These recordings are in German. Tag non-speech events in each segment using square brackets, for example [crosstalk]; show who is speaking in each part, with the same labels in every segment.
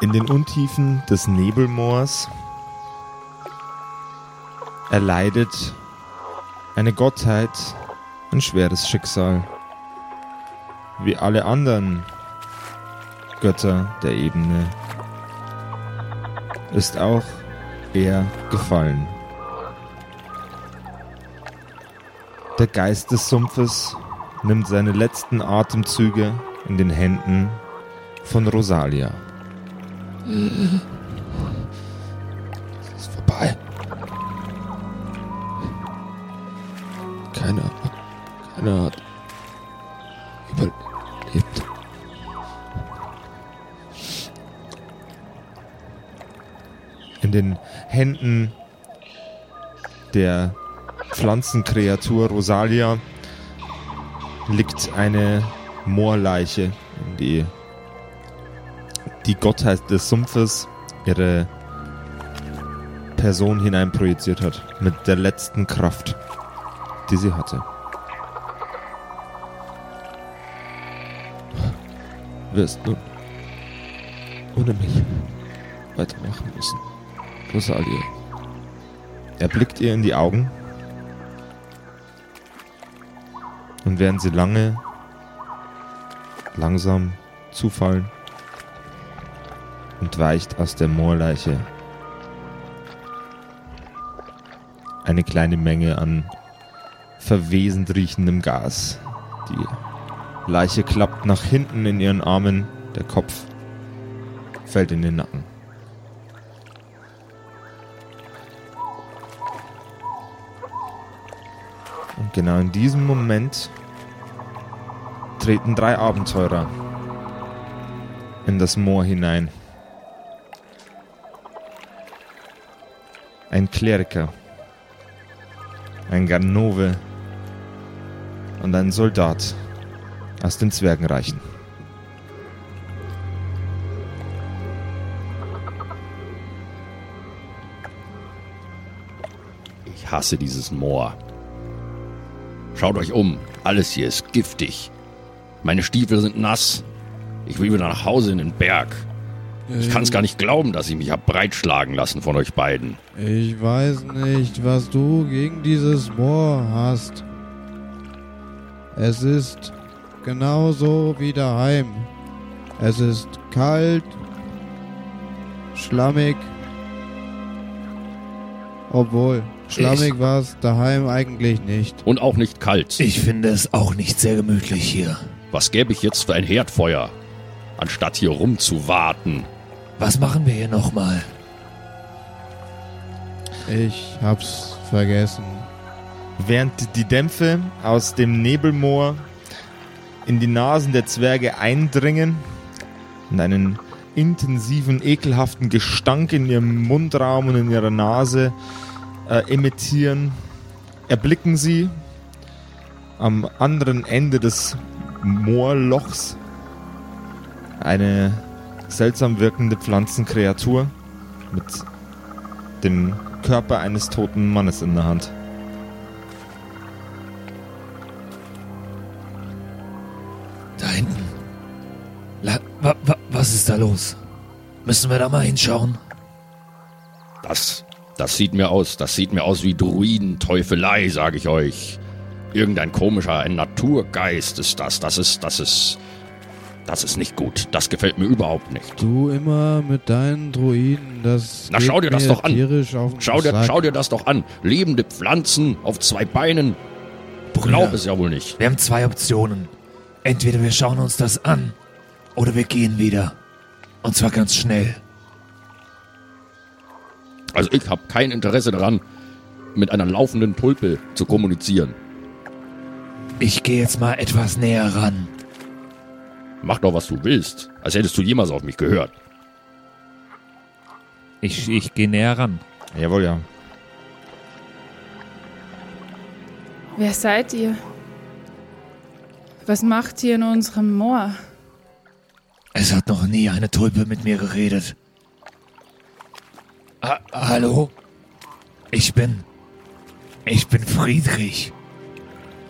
Speaker 1: In den Untiefen des Nebelmoors erleidet eine Gottheit ein schweres Schicksal, wie alle anderen Götter der Ebene, ist auch er gefallen. Der Geist des Sumpfes nimmt seine letzten Atemzüge in den Händen von Rosalia.
Speaker 2: Es ist vorbei. Keiner, keiner hat überlebt.
Speaker 1: In den Händen der Pflanzenkreatur Rosalia liegt eine Moorleiche, in die die Gottheit des Sumpfes ihre Person hineinprojiziert hat. Mit der letzten Kraft, die sie hatte.
Speaker 2: Wirst nun ohne mich weitermachen müssen. Rosalie.
Speaker 1: Er blickt ihr in die Augen. Und während sie lange, langsam zufallen und weicht aus der Moorleiche eine kleine Menge an verwesend riechendem Gas. Die Leiche klappt nach hinten in ihren Armen, der Kopf fällt in den Nacken. Und genau in diesem Moment treten drei Abenteurer in das Moor hinein. Ein Kleriker, ein Ganove und ein Soldat aus den Zwergenreichen.
Speaker 3: Ich hasse dieses Moor. Schaut euch um. Alles hier ist giftig. Meine Stiefel sind nass. Ich will wieder nach Hause in den Berg. Ich kann es gar nicht glauben, dass ich mich hab breitschlagen lassen von euch beiden.
Speaker 4: Ich weiß nicht, was du gegen dieses Moor hast. Es ist genauso wie daheim. Es ist kalt, schlammig. Obwohl, schlammig war es daheim eigentlich nicht.
Speaker 3: Und auch nicht kalt.
Speaker 5: Ich finde es auch nicht sehr gemütlich hier.
Speaker 3: Was gäbe ich jetzt für ein Herdfeuer, anstatt hier rumzuwarten?
Speaker 5: Was machen wir hier nochmal?
Speaker 4: Ich hab's vergessen.
Speaker 1: Während die Dämpfe aus dem Nebelmoor in die Nasen der Zwerge eindringen und einen intensiven, ekelhaften Gestank in ihrem Mundraum und in ihrer Nase äh, emittieren, erblicken sie am anderen Ende des Moorlochs eine seltsam wirkende Pflanzenkreatur mit dem Körper eines toten Mannes in der Hand.
Speaker 5: Da hinten. La wa wa was ist da los? Müssen wir da mal hinschauen?
Speaker 3: Das, das sieht mir aus, das sieht mir aus wie Druidenteufelei, sage ich euch. Irgendein komischer, ein Naturgeist ist das. Das ist, das ist, das ist nicht gut. Das gefällt mir überhaupt nicht.
Speaker 4: Du immer mit deinen Druiden, das.
Speaker 3: Na,
Speaker 4: geht
Speaker 3: schau dir das
Speaker 4: mir
Speaker 3: doch an.
Speaker 4: tierisch auf den
Speaker 3: Schau dir,
Speaker 4: Sack.
Speaker 3: schau dir das doch an. Lebende Pflanzen auf zwei Beinen. Glaub es ja wohl nicht.
Speaker 5: Wir haben zwei Optionen. Entweder wir schauen uns das an oder wir gehen wieder. Und zwar ganz schnell.
Speaker 3: Also ich habe kein Interesse daran, mit einer laufenden Tulpe zu kommunizieren.
Speaker 5: Ich gehe jetzt mal etwas näher ran.
Speaker 3: Mach doch, was du willst. Als hättest du jemals auf mich gehört.
Speaker 6: Ich, ich gehe näher ran.
Speaker 1: Jawohl, ja.
Speaker 7: Wer seid ihr? Was macht ihr in unserem Moor?
Speaker 5: Es hat noch nie eine Tulpe mit mir geredet. Ha Hallo? Ich bin. Ich bin Friedrich.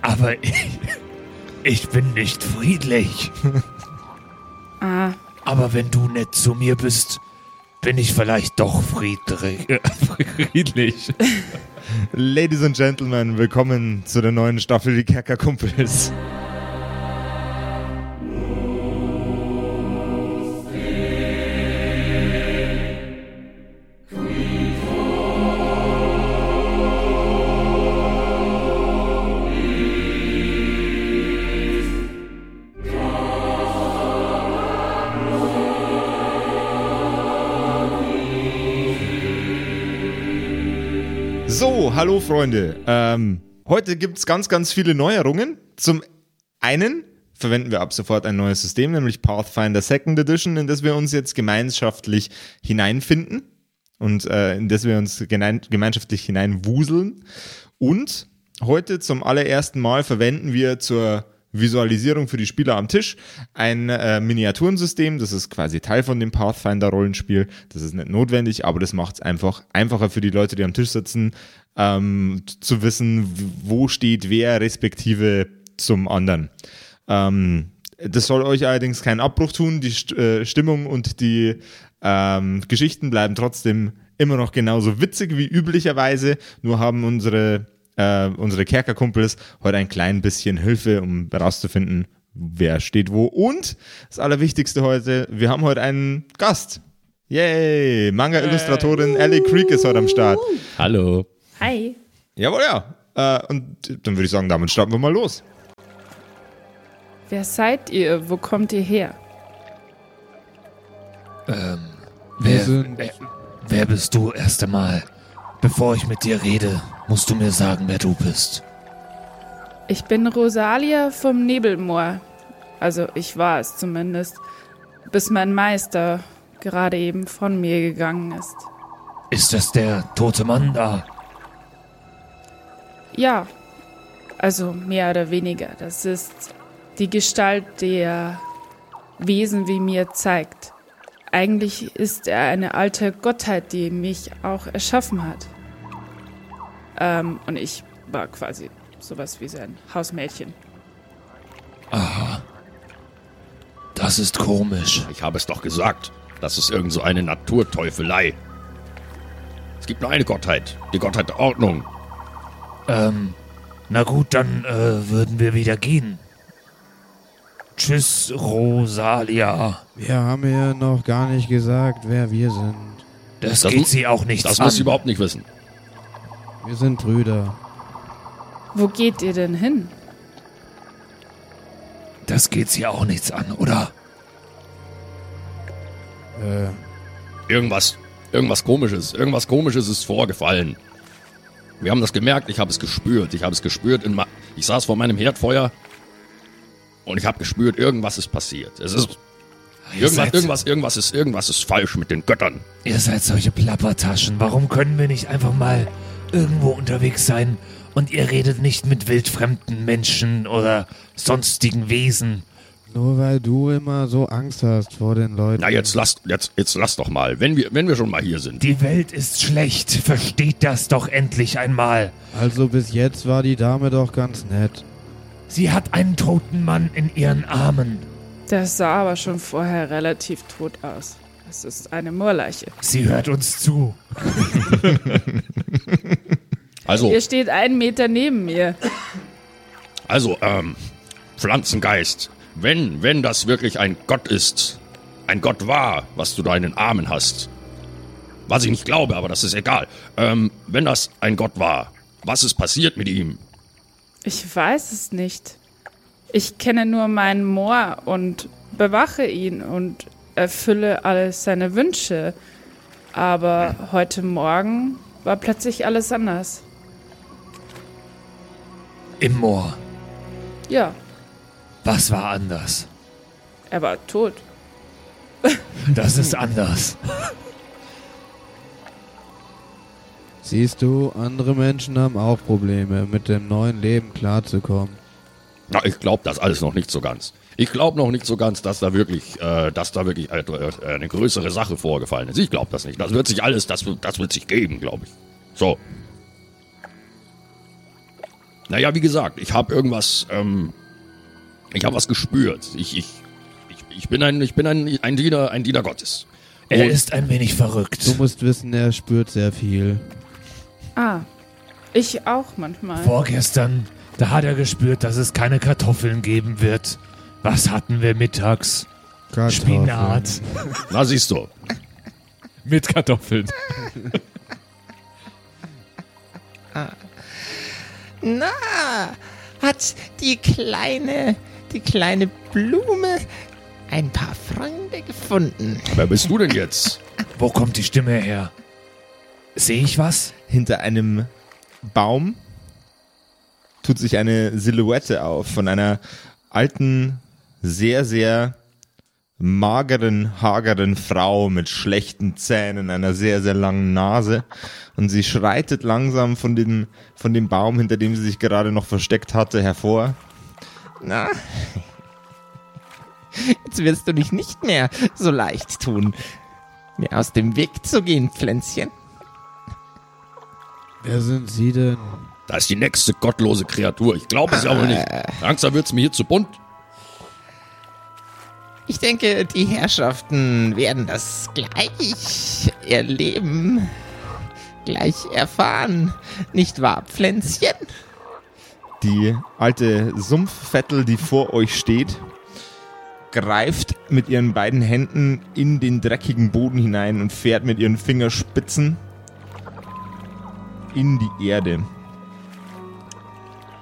Speaker 5: Aber ich. Ich bin nicht friedlich.
Speaker 7: Ah,
Speaker 5: Aber wenn du nett zu mir bist, bin ich vielleicht doch friedlich. [laughs]
Speaker 6: Friedlich.
Speaker 1: Ladies and Gentlemen, willkommen zu der neuen Staffel Die Kerkerkumpels. So, hallo Freunde. Ähm, heute gibt es ganz, ganz viele Neuerungen. Zum einen verwenden wir ab sofort ein neues System, nämlich Pathfinder Second Edition, in das wir uns jetzt gemeinschaftlich hineinfinden und äh, in das wir uns genein- gemeinschaftlich hineinwuseln. Und heute zum allerersten Mal verwenden wir zur Visualisierung für die Spieler am Tisch ein äh, Miniaturensystem. Das ist quasi Teil von dem Pathfinder-Rollenspiel. Das ist nicht notwendig, aber das macht es einfach einfacher für die Leute, die am Tisch sitzen, ähm, t- zu wissen, w- wo steht wer respektive zum anderen. Ähm, das soll euch allerdings keinen Abbruch tun. Die St äh, Stimmung und die ähm, Geschichten bleiben trotzdem immer noch genauso witzig wie üblicherweise. Nur haben unsere, äh, unsere Kerkerkumpels heute ein klein bisschen Hilfe, um herauszufinden, wer steht wo. Und das Allerwichtigste heute, wir haben heute einen Gast. Yay! Manga-Illustratorin Ellie Creek ist heute am Start.
Speaker 2: Hallo.
Speaker 7: Hi.
Speaker 1: Jawohl, ja. Äh, und dann würde ich sagen, damit starten wir mal los.
Speaker 7: Wer seid ihr? Wo kommt ihr her?
Speaker 4: Wir
Speaker 5: Wer,
Speaker 4: sind
Speaker 5: wer, wer bist du erst einmal? Bevor ich mit dir rede, musst du mir sagen, wer du bist.
Speaker 7: Ich bin Rosalia vom Nebelmoor. Also ich war es zumindest, bis mein Meister gerade eben von mir gegangen ist.
Speaker 5: Ist das der tote Mann da?
Speaker 7: Ja, also mehr oder weniger. Das ist die Gestalt, der Wesen wie mir zeigt. Eigentlich ist er eine alte Gottheit, die mich auch erschaffen hat. Ähm, und ich war quasi sowas wie sein Hausmädchen.
Speaker 5: Das ist komisch.
Speaker 3: Ich habe es doch gesagt. Das ist irgend so eine Naturteufelei. Es gibt nur eine Gottheit. Die Gottheit der Ordnung.
Speaker 5: Ähm, na gut, dann äh, würden wir wieder gehen. Tschüss, Rosalia.
Speaker 4: Wir haben ja noch gar nicht gesagt, wer wir sind.
Speaker 5: Das,
Speaker 3: Das mu-
Speaker 5: geht sie auch nichts
Speaker 3: Das
Speaker 5: an.
Speaker 3: muss ich überhaupt nicht wissen.
Speaker 4: Wir sind Brüder.
Speaker 7: Wo geht ihr denn hin?
Speaker 5: das geht sie auch nichts an, oder?
Speaker 4: Äh,
Speaker 3: Irgendwas, irgendwas komisches, irgendwas komisches ist vorgefallen. Wir haben das gemerkt, ich habe es gespürt, ich habe es gespürt. In ma- ich saß vor meinem Herdfeuer und ich habe gespürt, irgendwas ist passiert. Es ist
Speaker 5: Ihr
Speaker 3: irgendwas,
Speaker 5: seid,
Speaker 3: irgendwas, irgendwas ist, irgendwas ist falsch mit den Göttern.
Speaker 5: ihr seid solche Plappertaschen. Warum können wir nicht einfach mal irgendwo unterwegs sein und ihr redet nicht mit wildfremden Menschen oder sonstigen Wesen?
Speaker 4: nur weil du immer so Angst hast vor den Leuten.
Speaker 3: Na jetzt lasst, jetzt, jetzt lasst doch mal, wenn wir, wenn wir schon mal hier sind.
Speaker 5: Die Welt ist schlecht. Versteht das doch endlich einmal.
Speaker 4: Also bis jetzt war die Dame doch ganz nett.
Speaker 5: Sie hat einen toten Mann in ihren Armen.
Speaker 7: Das sah aber schon vorher relativ tot aus. Es ist eine Moorleiche.
Speaker 5: Sie hört uns zu.
Speaker 3: Also,
Speaker 7: Ihr steht einen Meter neben mir.
Speaker 3: Also, ähm, Pflanzengeist, wenn, wenn das wirklich ein Gott ist, ein Gott war, was du da in den Armen hast, was ich nicht glaube, aber das ist egal, ähm, wenn das ein Gott war, was ist passiert mit ihm?
Speaker 7: Ich weiß es nicht. Ich kenne nur meinen Moor und bewache ihn und erfülle alle seine Wünsche. Aber heute Morgen war plötzlich alles anders.
Speaker 5: Im Moor.
Speaker 7: Ja,
Speaker 5: Was war anders?
Speaker 7: er war tot.
Speaker 5: Das ist anders.
Speaker 4: Siehst du, andere Menschen haben auch Probleme, mit dem neuen Leben klarzukommen.
Speaker 3: Na, ich glaube das alles noch nicht so ganz. Ich glaube noch nicht so ganz, dass da wirklich, äh, dass da wirklich äh, äh, eine größere Sache vorgefallen ist. Ich glaube das nicht. Das wird sich alles, das, wird- das wird sich geben, glaube ich. So. Naja, wie gesagt, ich habe irgendwas, ähm, ich habe was gespürt. Ich, ich, ich, Ich bin ein, ich bin ein, ein Diener, ein Diener Gottes.
Speaker 5: Er
Speaker 3: Und-
Speaker 5: ist ein wenig verrückt.
Speaker 4: Du musst wissen, er spürt sehr viel.
Speaker 7: Ah, ich auch manchmal.
Speaker 5: Vorgestern, da hat er gespürt, dass es keine Kartoffeln geben wird. Was hatten wir mittags?
Speaker 4: Kartoffeln.
Speaker 5: Spinat.
Speaker 3: Na siehst du.
Speaker 6: Mit Kartoffeln.
Speaker 8: Na, hat die kleine, die kleine Blume ein paar Freunde gefunden.
Speaker 3: Wer bist du denn jetzt?
Speaker 5: Wo kommt die Stimme her? Sehe ich was?
Speaker 1: Hinter einem Baum tut sich eine Silhouette auf von einer alten, sehr, sehr mageren, hageren Frau mit schlechten Zähnen, einer sehr, sehr langen Nase. Und sie schreitet langsam von dem, von dem Baum, hinter dem sie sich gerade noch versteckt hatte, hervor.
Speaker 8: Na, jetzt wirst du dich nicht mehr so leicht tun, mir aus dem Weg zu gehen, Pflänzchen.
Speaker 4: Wer sind Sie denn?
Speaker 3: Da ist die nächste gottlose Kreatur. Ich glaube es ja wohl nicht. Langsam wird's mir hier zu bunt.
Speaker 8: Ich denke, die Herrschaften werden das gleich erleben, gleich erfahren. Nicht wahr, Pflänzchen?
Speaker 1: Die alte Sumpfvettel, die vor euch steht, greift mit ihren beiden Händen in den dreckigen Boden hinein und fährt mit ihren Fingerspitzen in die Erde.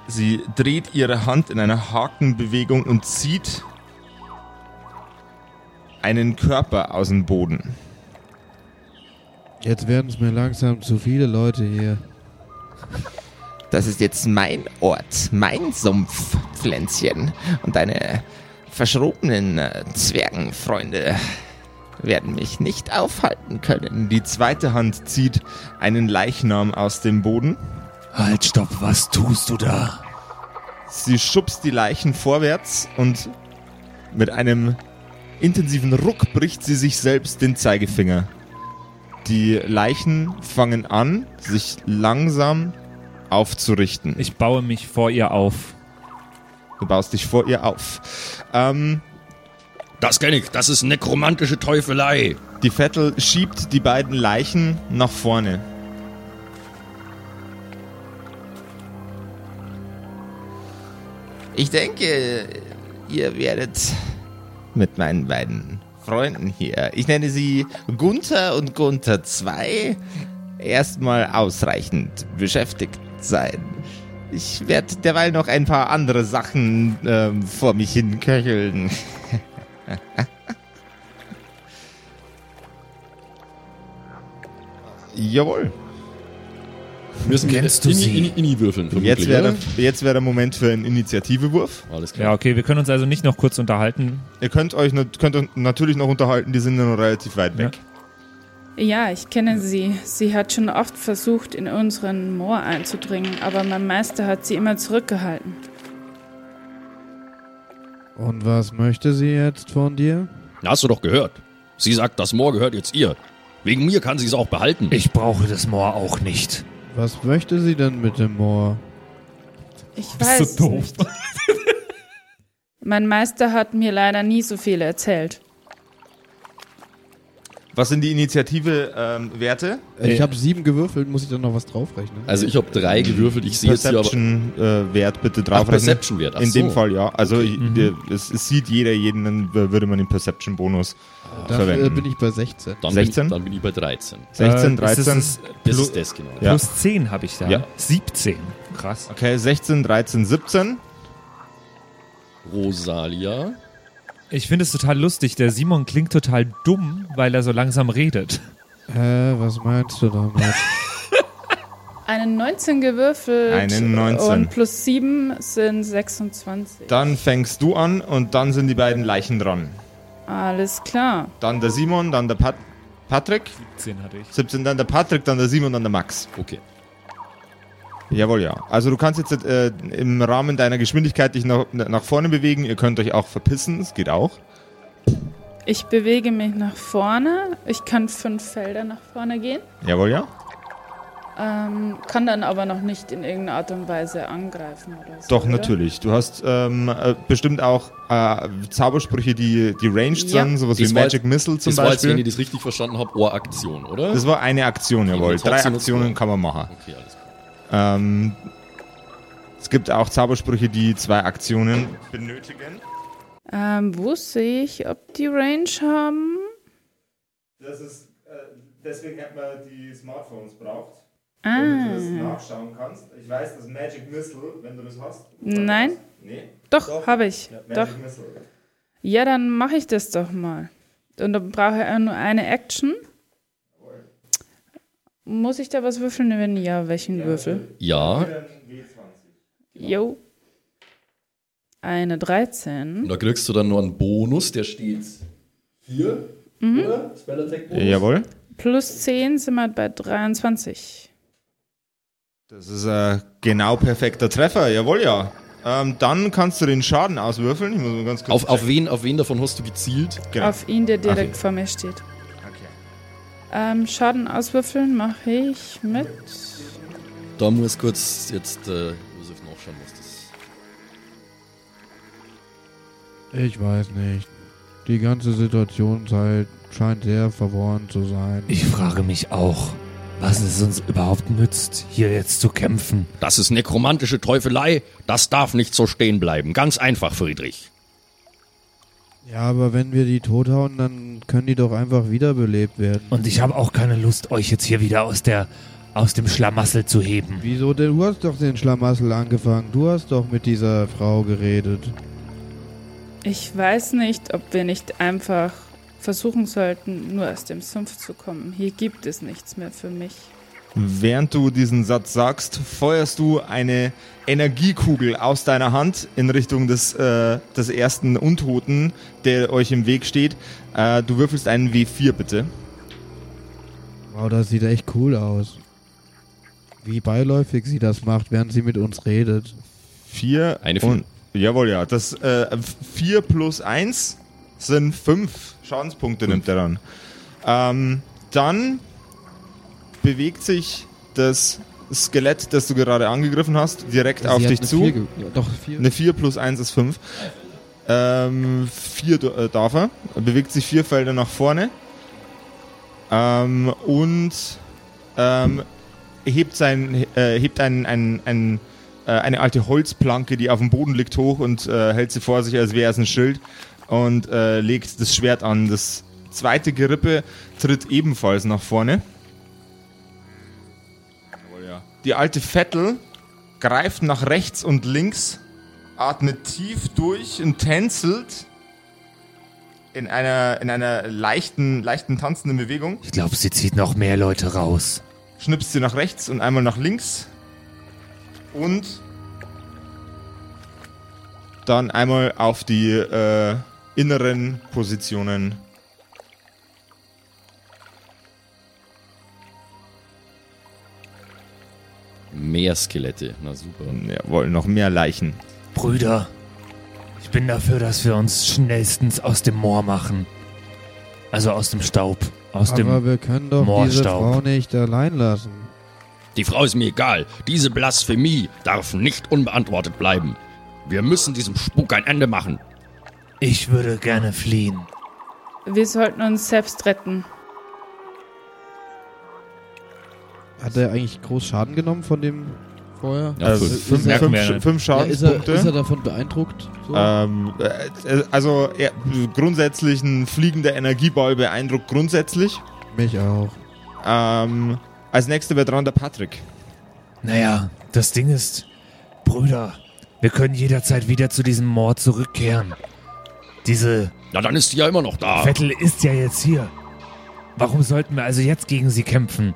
Speaker 1: Sie dreht ihre Hand in einer Hakenbewegung und zieht einen Körper aus dem Boden.
Speaker 4: Jetzt werden es mir langsam zu viele Leute hier.
Speaker 8: Das ist jetzt mein Ort, mein Sumpf, Pflänzchen. Und deine verschrobenen äh, Zwergenfreunde werden mich nicht aufhalten können.
Speaker 1: Die zweite Hand zieht einen Leichnam aus dem Boden.
Speaker 5: Halt, stopp, was tust du da?
Speaker 1: Sie schubst die Leichen vorwärts und mit einem intensiven Ruck bricht sie sich selbst den Zeigefinger. Die Leichen fangen an, sich langsam aufzurichten.
Speaker 6: Ich baue mich vor ihr auf.
Speaker 1: Du baust dich vor ihr auf. Ähm,
Speaker 3: Das kenne ich. Das ist nekromantische Teufelei.
Speaker 1: die Vettel schiebt die beiden Leichen nach vorne.
Speaker 8: Ich denke, ihr werdet mit meinen beiden Freunden hier, ich nenne sie Gunther und Gunther 2, erstmal ausreichend beschäftigt sein. Ich werde derweil noch ein paar andere Sachen ähm, vor mich hin köcheln.
Speaker 1: Jawohl.
Speaker 3: Müssen
Speaker 5: Kennst du
Speaker 3: Inni-
Speaker 5: sie?
Speaker 3: Inni- Inni würfeln.
Speaker 1: Jetzt
Speaker 3: vermutlich,
Speaker 1: wäre
Speaker 3: oder?
Speaker 1: der, jetzt wär der Moment für einen Initiativewurf.
Speaker 3: Alles klar.
Speaker 6: Ja, okay, wir können uns also nicht noch kurz unterhalten.
Speaker 1: Ihr könnt euch nat- könnt euch natürlich noch unterhalten, die sind ja noch relativ weit weg.
Speaker 7: Ja, ich kenne sie. Sie hat schon oft versucht, in unseren Moor einzudringen, aber mein Meister hat sie immer zurückgehalten.
Speaker 4: Und was möchte sie jetzt von dir?
Speaker 3: Na, Hast du doch gehört. Sie sagt, das Moor gehört jetzt ihr. Wegen mir kann sie es auch behalten.
Speaker 5: Ich brauche das Moor auch nicht.
Speaker 4: Was möchte sie denn mit dem Moor?
Speaker 7: Ich
Speaker 6: Bist
Speaker 7: weiß
Speaker 6: du
Speaker 7: es
Speaker 6: doof?
Speaker 7: nicht. Mein Meister hat mir leider nie so viel erzählt.
Speaker 1: Was sind die Initiative-Werte?
Speaker 4: Äh, Ich habe sieben gewürfelt, muss ich dann noch was draufrechnen?
Speaker 9: Also ich habe drei
Speaker 1: Hm.
Speaker 9: gewürfelt, ich sehe jetzt hier aber...
Speaker 1: Perception-Wert äh, bitte draufrechnen.
Speaker 9: Perception-Wert, ach
Speaker 1: In dem
Speaker 9: so. Mhm.
Speaker 1: Fall ja. Also ich- der- es, es sieht jeder jeden, dann w- würde man den Perception-Bonus
Speaker 4: Da äh,
Speaker 1: verwenden.
Speaker 4: bin ich bei 16.
Speaker 9: Dann
Speaker 1: 16?
Speaker 9: Bin, dann bin ich bei 13.
Speaker 1: 16,
Speaker 6: Äh, das
Speaker 1: 13.
Speaker 6: Ist,
Speaker 9: Das
Speaker 6: Plu-
Speaker 9: ist das, genau.
Speaker 1: Ja.
Speaker 6: Plus 10 habe ich da.
Speaker 9: Ja.
Speaker 6: 17. Krass.
Speaker 1: okay, 16, 13, 17.
Speaker 9: Rosalia.
Speaker 6: Ich finde es total lustig. Der Simon klingt total dumm, weil er so langsam redet.
Speaker 4: Hä, was meinst du damit?
Speaker 7: Einen 19 gewürfelt
Speaker 1: Einen 19.
Speaker 7: und plus 7 sind 26.
Speaker 1: Dann fängst du an und dann sind die beiden Leichen dran.
Speaker 7: Alles klar.
Speaker 1: Dann der Simon, dann der Pat Patrick.
Speaker 6: 10 hatte ich.
Speaker 1: 17, dann der Patrick, dann der Simon, dann der Max.
Speaker 9: Okay.
Speaker 1: Jawohl, ja. Also du kannst jetzt äh, im Rahmen deiner Geschwindigkeit dich nach, nach vorne bewegen. Ihr könnt euch auch verpissen, es geht auch.
Speaker 7: Ich bewege mich nach vorne. Ich kann fünf Felder nach vorne gehen.
Speaker 1: Jawohl, ja.
Speaker 7: Ähm, kann dann aber noch nicht in irgendeiner Art und Weise angreifen oder so.
Speaker 1: Doch,
Speaker 7: oder?
Speaker 1: natürlich. Du hast ähm, äh, bestimmt auch äh, Zaubersprüche, die, die ranged
Speaker 7: Ja.
Speaker 1: sind, sowas
Speaker 9: Das
Speaker 1: wie
Speaker 9: war
Speaker 1: Magic
Speaker 9: jetzt-
Speaker 1: Missile zum
Speaker 9: das war jetzt, wenn
Speaker 1: Beispiel.
Speaker 9: ich das richtig verstanden habe, Ohraktion, oder?
Speaker 1: das war eine Aktion, jawohl.
Speaker 9: trotzdem
Speaker 1: Drei
Speaker 9: nutzt man.
Speaker 1: Aktionen kann man machen.
Speaker 9: okay, alles klar.
Speaker 1: Ähm, es gibt auch Zaubersprüche, die zwei Aktionen benötigen.
Speaker 7: Ähm, wo sehe ich, ob die Range haben?
Speaker 1: Das ist, äh, deswegen hat man die Smartphones braucht,
Speaker 7: Ah,
Speaker 1: nachschauen kannst. Ich weiß, dass Magic Missile, wenn du das hast.
Speaker 7: nein.
Speaker 1: Nee,
Speaker 7: Doch, habe ich. Doch.
Speaker 1: Missile.
Speaker 7: Ja, dann mache ich das doch mal. Und dann brauche ich auch nur eine Action. Muss ich da was würfeln? Wenn ja, welchen Würfel?
Speaker 1: Hm?
Speaker 9: Ja,
Speaker 7: Jo. Eine 13.
Speaker 9: und da kriegst du dann nur einen Bonus, der steht hier, oder? Spell Attack Bonus.
Speaker 1: Jawohl.
Speaker 7: Plus 10 sind wir bei 23.
Speaker 1: Das ist ein genau perfekter Treffer, jawohl, ja. Ähm, dann kannst du den Schaden auswürfeln. Ich muss mal ganz kurz
Speaker 9: Auf, auf, wen, auf wen davon hast du gezielt?
Speaker 1: Genau.
Speaker 7: Auf ihn, der direkt vor mir steht. Ähm, Schaden auswürfeln mache ich mit.
Speaker 9: Da muss kurz jetzt äh, Josef nachschauen, was das
Speaker 4: Ich weiß nicht. Die ganze Situation sei- scheint sehr verworren zu sein.
Speaker 5: Ich frage mich auch, was es uns überhaupt nützt, hier jetzt zu kämpfen.
Speaker 3: Das ist nekromantische Teufelei. Das darf nicht so stehen bleiben. Ganz einfach, Friedrich.
Speaker 4: Ja, aber wenn wir die tothauen, dann können die doch einfach wiederbelebt werden.
Speaker 5: Und ich habe auch keine Lust, euch jetzt hier wieder aus der aus dem Schlamassel zu heben.
Speaker 4: Wieso denn? Du hast doch den Schlamassel angefangen. Du hast doch mit dieser Frau geredet.
Speaker 7: Ich weiß nicht, ob wir nicht einfach versuchen sollten, nur aus dem Sumpf zu kommen. Hier gibt es nichts mehr für mich.
Speaker 1: Während du diesen Satz sagst, feuerst du eine Energiekugel aus deiner Hand in Richtung des, äh, des ersten Untoten, der euch im Weg steht. Äh, du würfelst einen W4 bitte.
Speaker 4: Wow, das sieht echt cool aus. Wie beiläufig sie das macht, während sie mit uns redet.
Speaker 1: Vier.
Speaker 9: Eine Vier.
Speaker 1: und, Jawohl, ja. Das äh, vier plus eins sind fünf Schadenspunkte, nimmt er dann. Ähm, dann bewegt sich das Skelett, das du gerade angegriffen hast, direkt auf
Speaker 4: Also Sie hat
Speaker 1: dich
Speaker 4: eine
Speaker 1: zu.
Speaker 4: vier ge- ja, doch, vier.
Speaker 1: Eine 4 plus 1 ist 5. Ähm, 4 äh, darf er. Er Bewegt sich vier Felder nach vorne. Ähm, und ähm, hebt, sein, äh, hebt ein, ein, ein, äh, eine alte Holzplanke, die auf dem Boden liegt, hoch und äh, hält sie vor sich, als wäre es ein Schild. Und äh, legt das Schwert an. Das zweite Gerippe tritt ebenfalls nach vorne. Die alte Vettel greift nach rechts und links, atmet tief durch und tänzelt in einer, in einer leichten, leichten tanzenden Bewegung.
Speaker 5: Ich glaube, sie zieht noch mehr Leute raus.
Speaker 1: Schnippst sie nach rechts und einmal nach links. Und dann einmal auf die äh, inneren Positionen.
Speaker 9: Meerskelette. Na super.
Speaker 1: Jawohl, noch mehr Leichen.
Speaker 5: Brüder, ich bin dafür, dass wir uns schnellstens aus dem Moor machen. Also aus dem Staub. Aus
Speaker 4: Aber
Speaker 5: dem.
Speaker 4: wir können doch diese
Speaker 5: Moorstaub.
Speaker 4: Frau nicht allein lassen.
Speaker 3: Die Frau ist mir egal. Diese Blasphemie darf nicht unbeantwortet bleiben. Wir müssen diesem Spuk ein Ende machen.
Speaker 5: Ich würde gerne fliehen.
Speaker 7: Wir sollten uns selbst retten.
Speaker 4: Hat er eigentlich groß Schaden genommen von dem Feuer?
Speaker 9: Ja,
Speaker 1: also
Speaker 9: fünf.
Speaker 1: fünf,
Speaker 6: Merken
Speaker 1: fünf,
Speaker 6: wir
Speaker 1: Sch-
Speaker 6: nicht.
Speaker 1: fünf Schadenspunkte.
Speaker 4: davon beeindruckt? So?
Speaker 1: Ähm, äh, also ja, grundsätzlich ein fliegender Energieball beeindruckt grundsätzlich.
Speaker 4: Mich auch.
Speaker 1: Ähm, als nächster wäre dran der Patrick.
Speaker 5: Naja, das Ding ist, Brüder, wir können jederzeit wieder zu diesem Moor zurückkehren. Diese
Speaker 3: Na, dann ist sie ja immer noch
Speaker 6: Ah.
Speaker 3: da.
Speaker 5: Vettel ist ja jetzt hier. Warum sollten wir also jetzt gegen sie kämpfen?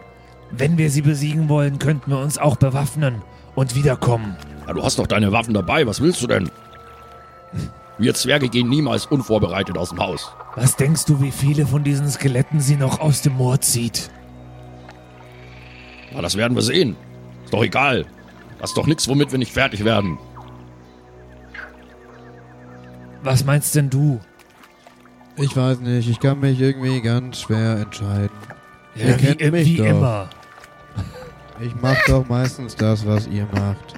Speaker 5: Wenn wir sie besiegen wollen, könnten wir uns auch bewaffnen und wiederkommen.
Speaker 3: Na, du hast doch deine Waffen dabei. Was willst du denn? Wir Zwerge gehen niemals unvorbereitet aus dem Haus.
Speaker 5: Was denkst du, wie viele von diesen Skeletten sie noch aus dem Moor zieht?
Speaker 3: Na, das werden wir sehen. Ist doch egal. Das ist doch nichts, womit wir nicht fertig werden.
Speaker 5: Was meinst denn du?
Speaker 4: Ich weiß nicht, ich kann mich irgendwie ganz schwer entscheiden. Ihr
Speaker 5: wie
Speaker 4: kennt mich
Speaker 5: wie
Speaker 4: doch.
Speaker 5: immer.
Speaker 4: Ich mach doch meistens das, was ihr macht.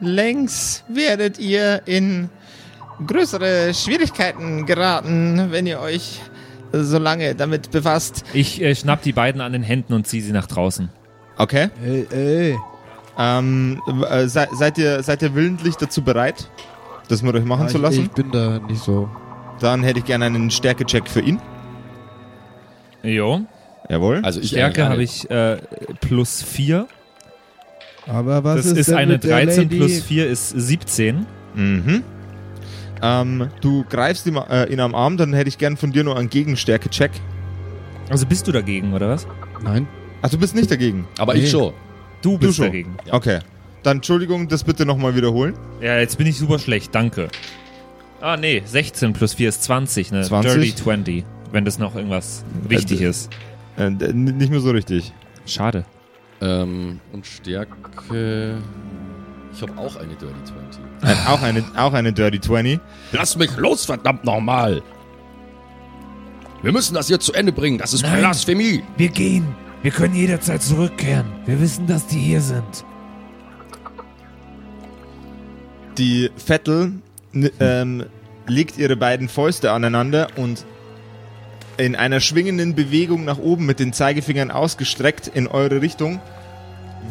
Speaker 8: Unlängst Äh, werdet ihr in größere Schwierigkeiten geraten, wenn ihr euch so lange damit befasst.
Speaker 6: Ich äh, schnapp die beiden an den Händen und zieh sie nach draußen.
Speaker 1: Okay.
Speaker 4: Ey, ey.
Speaker 1: Ähm, w- äh, sei, seid, ihr, seid ihr willentlich dazu bereit, das mit euch machen zu
Speaker 4: ich,
Speaker 1: lassen?
Speaker 4: ich bin da nicht so.
Speaker 1: Dann hätte ich gerne einen Stärkecheck für ihn.
Speaker 6: Jo.
Speaker 1: Jawohl.
Speaker 3: Also ich
Speaker 6: Stärke
Speaker 3: eigentlich
Speaker 6: habe ich äh, plus 4.
Speaker 4: Aber was
Speaker 6: Das
Speaker 4: ist,
Speaker 6: ist,
Speaker 4: denn
Speaker 6: eine
Speaker 4: mit der
Speaker 6: 13
Speaker 4: Lady?
Speaker 6: plus 4 ist 17.
Speaker 1: Mhm. Ähm, du greifst ihn, äh, ihn am Arm, dann hätte ich gern von dir nur einen Gegenstärke-Check.
Speaker 6: Also bist du dagegen, oder was?
Speaker 4: Nein.
Speaker 1: Ach, du bist nicht dagegen.
Speaker 3: Aber ich schon.
Speaker 6: Du
Speaker 1: Du
Speaker 6: bist
Speaker 1: schon.
Speaker 6: dagegen.
Speaker 1: Okay. Dann Entschuldigung, das bitte nochmal wiederholen.
Speaker 6: Ja, jetzt bin ich super schlecht, danke. Ah, nee, 16 plus 4 ist 20, ne?
Speaker 1: 20?
Speaker 6: Dirty 20, wenn das noch irgendwas wichtig
Speaker 1: Äh,
Speaker 6: ist.
Speaker 1: Äh, n- nicht mehr so richtig.
Speaker 6: Schade.
Speaker 3: Ähm, und Stärke. Ich habe auch eine Dirty 20.
Speaker 1: Ein, auch, eine, auch eine Dirty 20.
Speaker 3: Lass mich los, verdammt nochmal! Wir müssen das jetzt zu Ende bringen. Das ist
Speaker 5: Nein.
Speaker 3: Blasphemie.
Speaker 5: Wir gehen. Wir können jederzeit zurückkehren. Wir wissen, dass die hier sind.
Speaker 1: Die Vettel n- ähm, legt ihre beiden Fäuste aneinander und in einer schwingenden Bewegung nach oben mit den Zeigefingern ausgestreckt in eure Richtung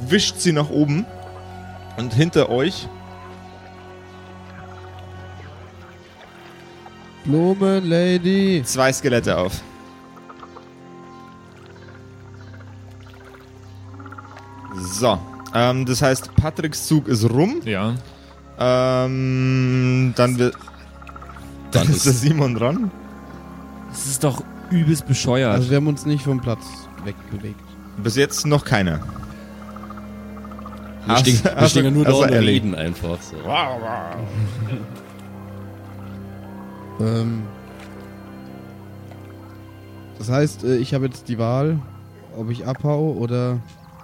Speaker 1: wischt sie nach oben und hinter euch
Speaker 4: Blumenlady.
Speaker 1: zwei Skelette auf. So, ähm, das heißt, Patricks Zug ist rum.
Speaker 6: Ja.
Speaker 1: Ähm, dann, wi- dann ist der Simon dran.
Speaker 6: Das ist doch übelst bescheuert.
Speaker 4: Also wir haben uns nicht vom Platz wegbewegt.
Speaker 1: Bis jetzt noch keiner.
Speaker 3: Wir stehen, wir
Speaker 1: hast
Speaker 3: stehen ja
Speaker 1: du-
Speaker 3: nur da
Speaker 1: hast du
Speaker 3: und
Speaker 1: erledigt.
Speaker 3: reden einfach. So.
Speaker 4: Ähm, das heißt, äh, ich habe jetzt die Wahl, ob ich abhau oder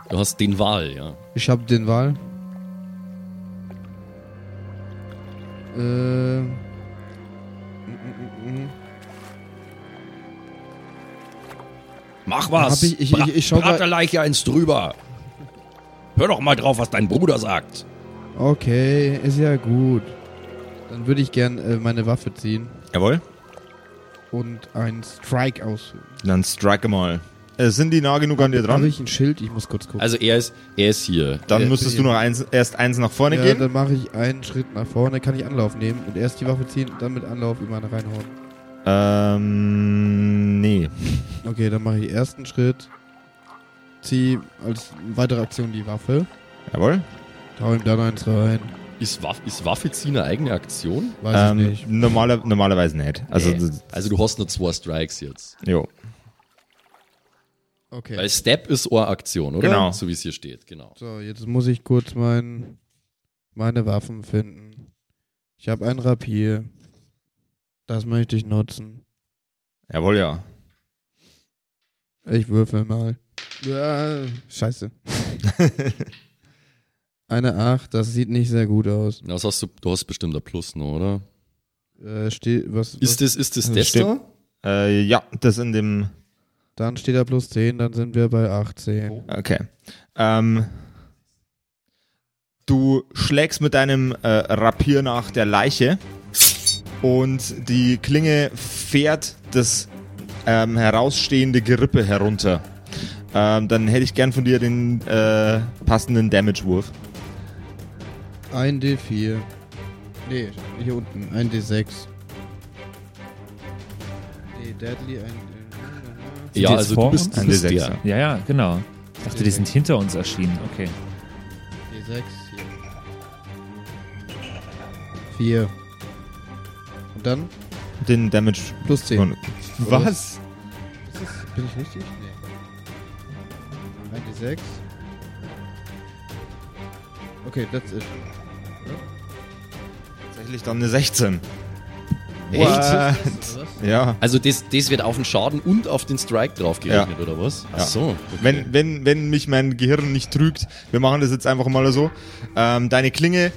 Speaker 3: Du hast den Wahl, ja.
Speaker 4: ich habe den Wahl. Ähm, mm, mm, mm.
Speaker 3: Mach was.
Speaker 4: Hab ich- ich- ich- ich schau
Speaker 3: Brat
Speaker 4: grad-
Speaker 3: der Leiche eins drüber. Hör doch mal drauf, was dein Bruder sagt.
Speaker 4: Okay, ist ja gut. Dann würde ich gern äh, meine Waffe ziehen
Speaker 1: Jawohl.
Speaker 4: und einen Strike ausführen.
Speaker 1: Dann strike mal. Äh, sind die nah genug an dir
Speaker 4: Habe
Speaker 1: dran?
Speaker 4: ich ein Schild? Ich muss kurz gucken.
Speaker 3: Also er ist, er ist hier.
Speaker 1: Dann
Speaker 4: Ja,
Speaker 1: müsstest
Speaker 4: ja.
Speaker 1: du noch eins, erst eins nach vorne
Speaker 4: ja,
Speaker 1: gehen.
Speaker 4: dann mache ich einen Schritt nach vorne, kann ich Anlauf nehmen und erst die Waffe ziehen, dann mit Anlauf immer reinhauen.
Speaker 1: Ähm, nee.
Speaker 4: Okay, dann mache ich ersten Schritt, zieh als weitere Aktion die Waffe,
Speaker 1: Jawohl.
Speaker 4: hau ihm dann eins rein,
Speaker 3: Ist, Waff, ist Waffe ziehen eine eigene Aktion?
Speaker 4: weiß ich
Speaker 1: Ähm,
Speaker 4: nicht.
Speaker 1: normaler, normalerweise nicht. Also,
Speaker 3: Nee.
Speaker 1: das-
Speaker 3: also du hast nur zwei Strikes jetzt.
Speaker 1: jo.
Speaker 4: Okay.
Speaker 3: Weil Step ist eine Aktion, oder?
Speaker 1: Genau.
Speaker 3: So wie es hier steht, genau.
Speaker 4: So, jetzt muss ich kurz mein, meine Waffen finden. Ich habe ein Rapier. Das möchte ich nutzen.
Speaker 1: Jawohl, ja.
Speaker 4: Ich würfel mal. Ja, scheiße. [laughs] Eine 8, das sieht nicht sehr gut aus.
Speaker 3: Das hast du, du hast bestimmt ein Plus noch, oder?
Speaker 4: Äh, steht, was, was,
Speaker 3: Ist das, ist das
Speaker 1: Also
Speaker 3: das
Speaker 1: stimmt.
Speaker 3: da?
Speaker 1: Äh, ja, das in dem.
Speaker 4: dann steht da plus 10, dann sind wir bei 18.
Speaker 3: Oh.
Speaker 1: Okay. Ähm, du schlägst mit deinem äh, Rapier nach der Leiche und die Klinge fährt das ähm, herausstehende Gerippe herunter. Ähm, dann hätte ich gern von dir den äh, passenden Damage-Wurf.
Speaker 4: Ein D4. Nee, hier unten. Ein D6. Nee, Deadly, ein D.
Speaker 3: Ja,
Speaker 6: jetzt
Speaker 3: also
Speaker 6: vor
Speaker 3: du bist, du
Speaker 1: Ein
Speaker 3: bist
Speaker 1: D6,
Speaker 3: der.
Speaker 1: ja.
Speaker 6: ja, ja, genau. Ich dachte, die sind hinter uns erschienen. Okay.
Speaker 4: D6 hier. 4. Und dann
Speaker 1: Den Damage.
Speaker 4: plus 10.
Speaker 1: Was?
Speaker 4: Bin ich richtig? Nee. Ein D6. Okay, that's it.
Speaker 1: Tatsächlich dann eine 16.
Speaker 3: Echt?
Speaker 1: Ja.
Speaker 3: Also das, das wird auf den Schaden und auf den Strike draufgerechnet, oder was? Ach so. Okay.
Speaker 1: Wenn, wenn, wenn mich mein Gehirn nicht trügt, wir machen das jetzt einfach mal so. Ähm, deine Klinge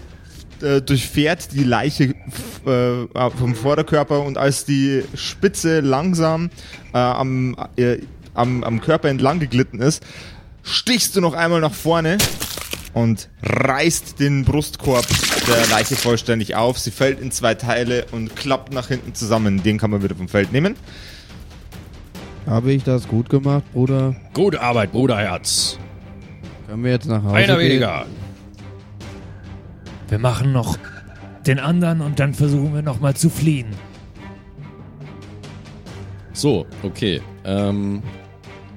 Speaker 1: äh, durchfährt die Leiche f- äh, vom Vorderkörper und als die Spitze langsam äh, am, äh, am, am Körper entlang geglitten ist, stichst du noch einmal nach vorne und reißt den Brustkorb der Leiche vollständig auf. Sie fällt in zwei Teile und klappt nach hinten zusammen. Den kann man wieder vom Feld nehmen.
Speaker 4: Habe ich das gut gemacht, Bruder?
Speaker 3: Gute Arbeit, Bruderherz.
Speaker 4: Können wir jetzt nach Hause
Speaker 6: Also
Speaker 3: Einer
Speaker 4: gehen?
Speaker 3: weniger.
Speaker 5: Wir machen noch den anderen und dann versuchen wir nochmal zu fliehen.
Speaker 9: So, okay. Ähm,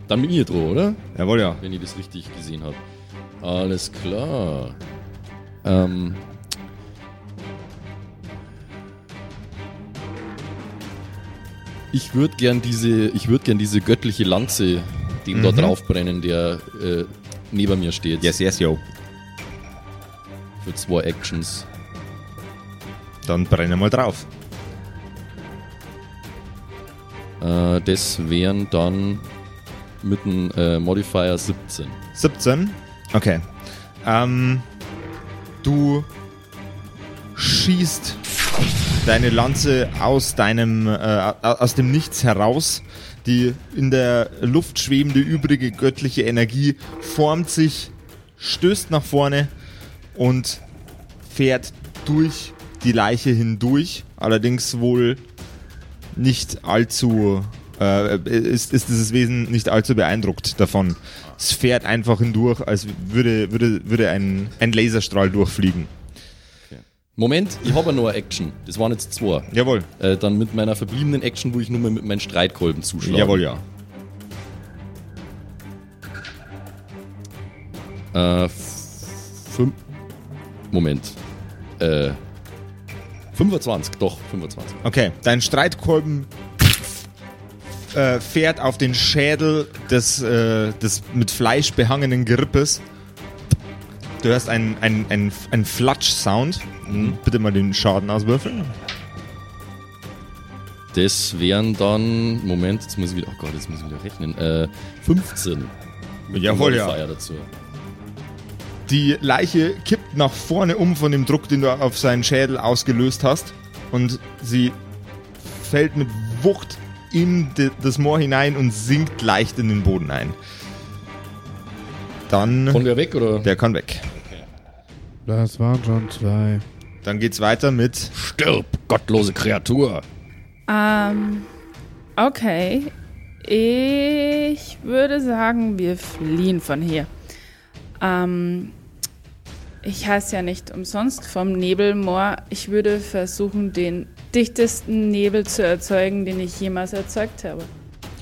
Speaker 9: dann bin ich dran, oder?
Speaker 1: Jawohl, ja.
Speaker 9: Wenn ich das richtig gesehen habe. Alles klar. Ähm. Ich würde gern diese, ich würde gern diese göttliche Lanze dem dort draufbrennen, der äh, neben mir steht.
Speaker 1: Mhm. Yes, yes, yo.
Speaker 9: Für zwei Actions.
Speaker 1: Dann brenne mal drauf.
Speaker 9: Äh, das wären dann mit einem äh, Modifier 17.
Speaker 1: 17. Okay. Ähm, du schießt deine Lanze aus deinem äh, aus dem Nichts heraus. Die in der Luft schwebende übrige göttliche Energie formt sich, stößt nach vorne und fährt durch die Leiche hindurch. Allerdings wohl nicht allzu äh, ist, ist dieses Wesen nicht allzu beeindruckt davon. Es fährt einfach hindurch, als würde, würde, würde ein, ein Laserstrahl durchfliegen.
Speaker 9: Moment, ich habe nur eine Action. Das waren jetzt zwei.
Speaker 1: Jawohl,
Speaker 9: Äh, dann mit meiner verbliebenen Action, wo ich nur mal mit meinen Streitkolben zuschlage.
Speaker 1: jawohl, ja.
Speaker 9: Äh, fünf. Moment. Äh. 25, doch, 25.
Speaker 1: Okay, dein Streitkolben äh, fährt auf den Schädel des, äh, des mit Fleisch behangenen Gerippes. Du hörst einen, einen, einen, einen Flatsch-Sound. Bitte mal den Schaden auswürfeln.
Speaker 9: Das wären dann. Moment, jetzt muss ich wieder. Oh Gott, jetzt muss ich wieder rechnen. Äh, 15. Mit
Speaker 1: Jawohl, ja.
Speaker 9: Modifier dazu.
Speaker 1: Die Leiche kippt nach vorne um von dem Druck, den du auf seinen Schädel ausgelöst hast. Und sie fällt mit Wucht in de, das Moor hinein und sinkt leicht in den Boden ein. Dann.
Speaker 9: Kommen wir weg oder?
Speaker 1: Der kann weg.
Speaker 4: Das waren schon zwei.
Speaker 1: Dann geht's weiter mit.
Speaker 3: Stirb, gottlose Kreatur.
Speaker 7: Ähm, okay. Ich würde sagen, wir fliehen von hier. Ähm, ich heiße ja nicht umsonst vom Nebelmoor. Ich würde versuchen, den dichtesten Nebel zu erzeugen, den ich jemals erzeugt habe.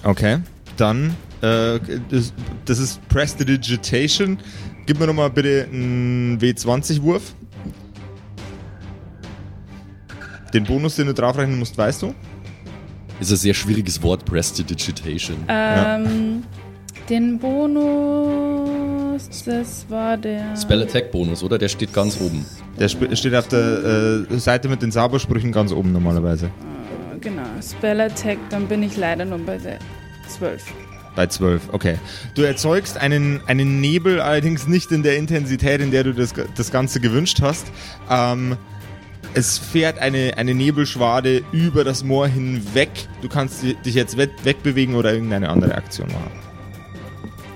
Speaker 1: Okay. Dann. Äh, das, das ist Prestidigitation. Gib mir nochmal bitte einen W20-Wurf. Den Bonus, den du draufrechnen musst, weißt du?
Speaker 9: Ist ein sehr schwieriges Wort, Prestidigitation.
Speaker 7: Ähm, Den Bonus, das war der...
Speaker 9: Spell Attack Bonus, oder? Der steht ganz oben.
Speaker 1: Der sp- steht auf der äh, Seite mit den Zaubersprüchen ganz oben normalerweise.
Speaker 7: Genau, Spell Attack, dann bin ich leider nur bei der 12.
Speaker 1: Bei 12, okay. Du erzeugst einen, einen Nebel, allerdings nicht in der Intensität, in der du das, das Ganze gewünscht hast. Ähm, es fährt eine, eine Nebelschwade über das Moor hinweg. Du kannst di- dich jetzt we- wegbewegen oder irgendeine andere Aktion machen.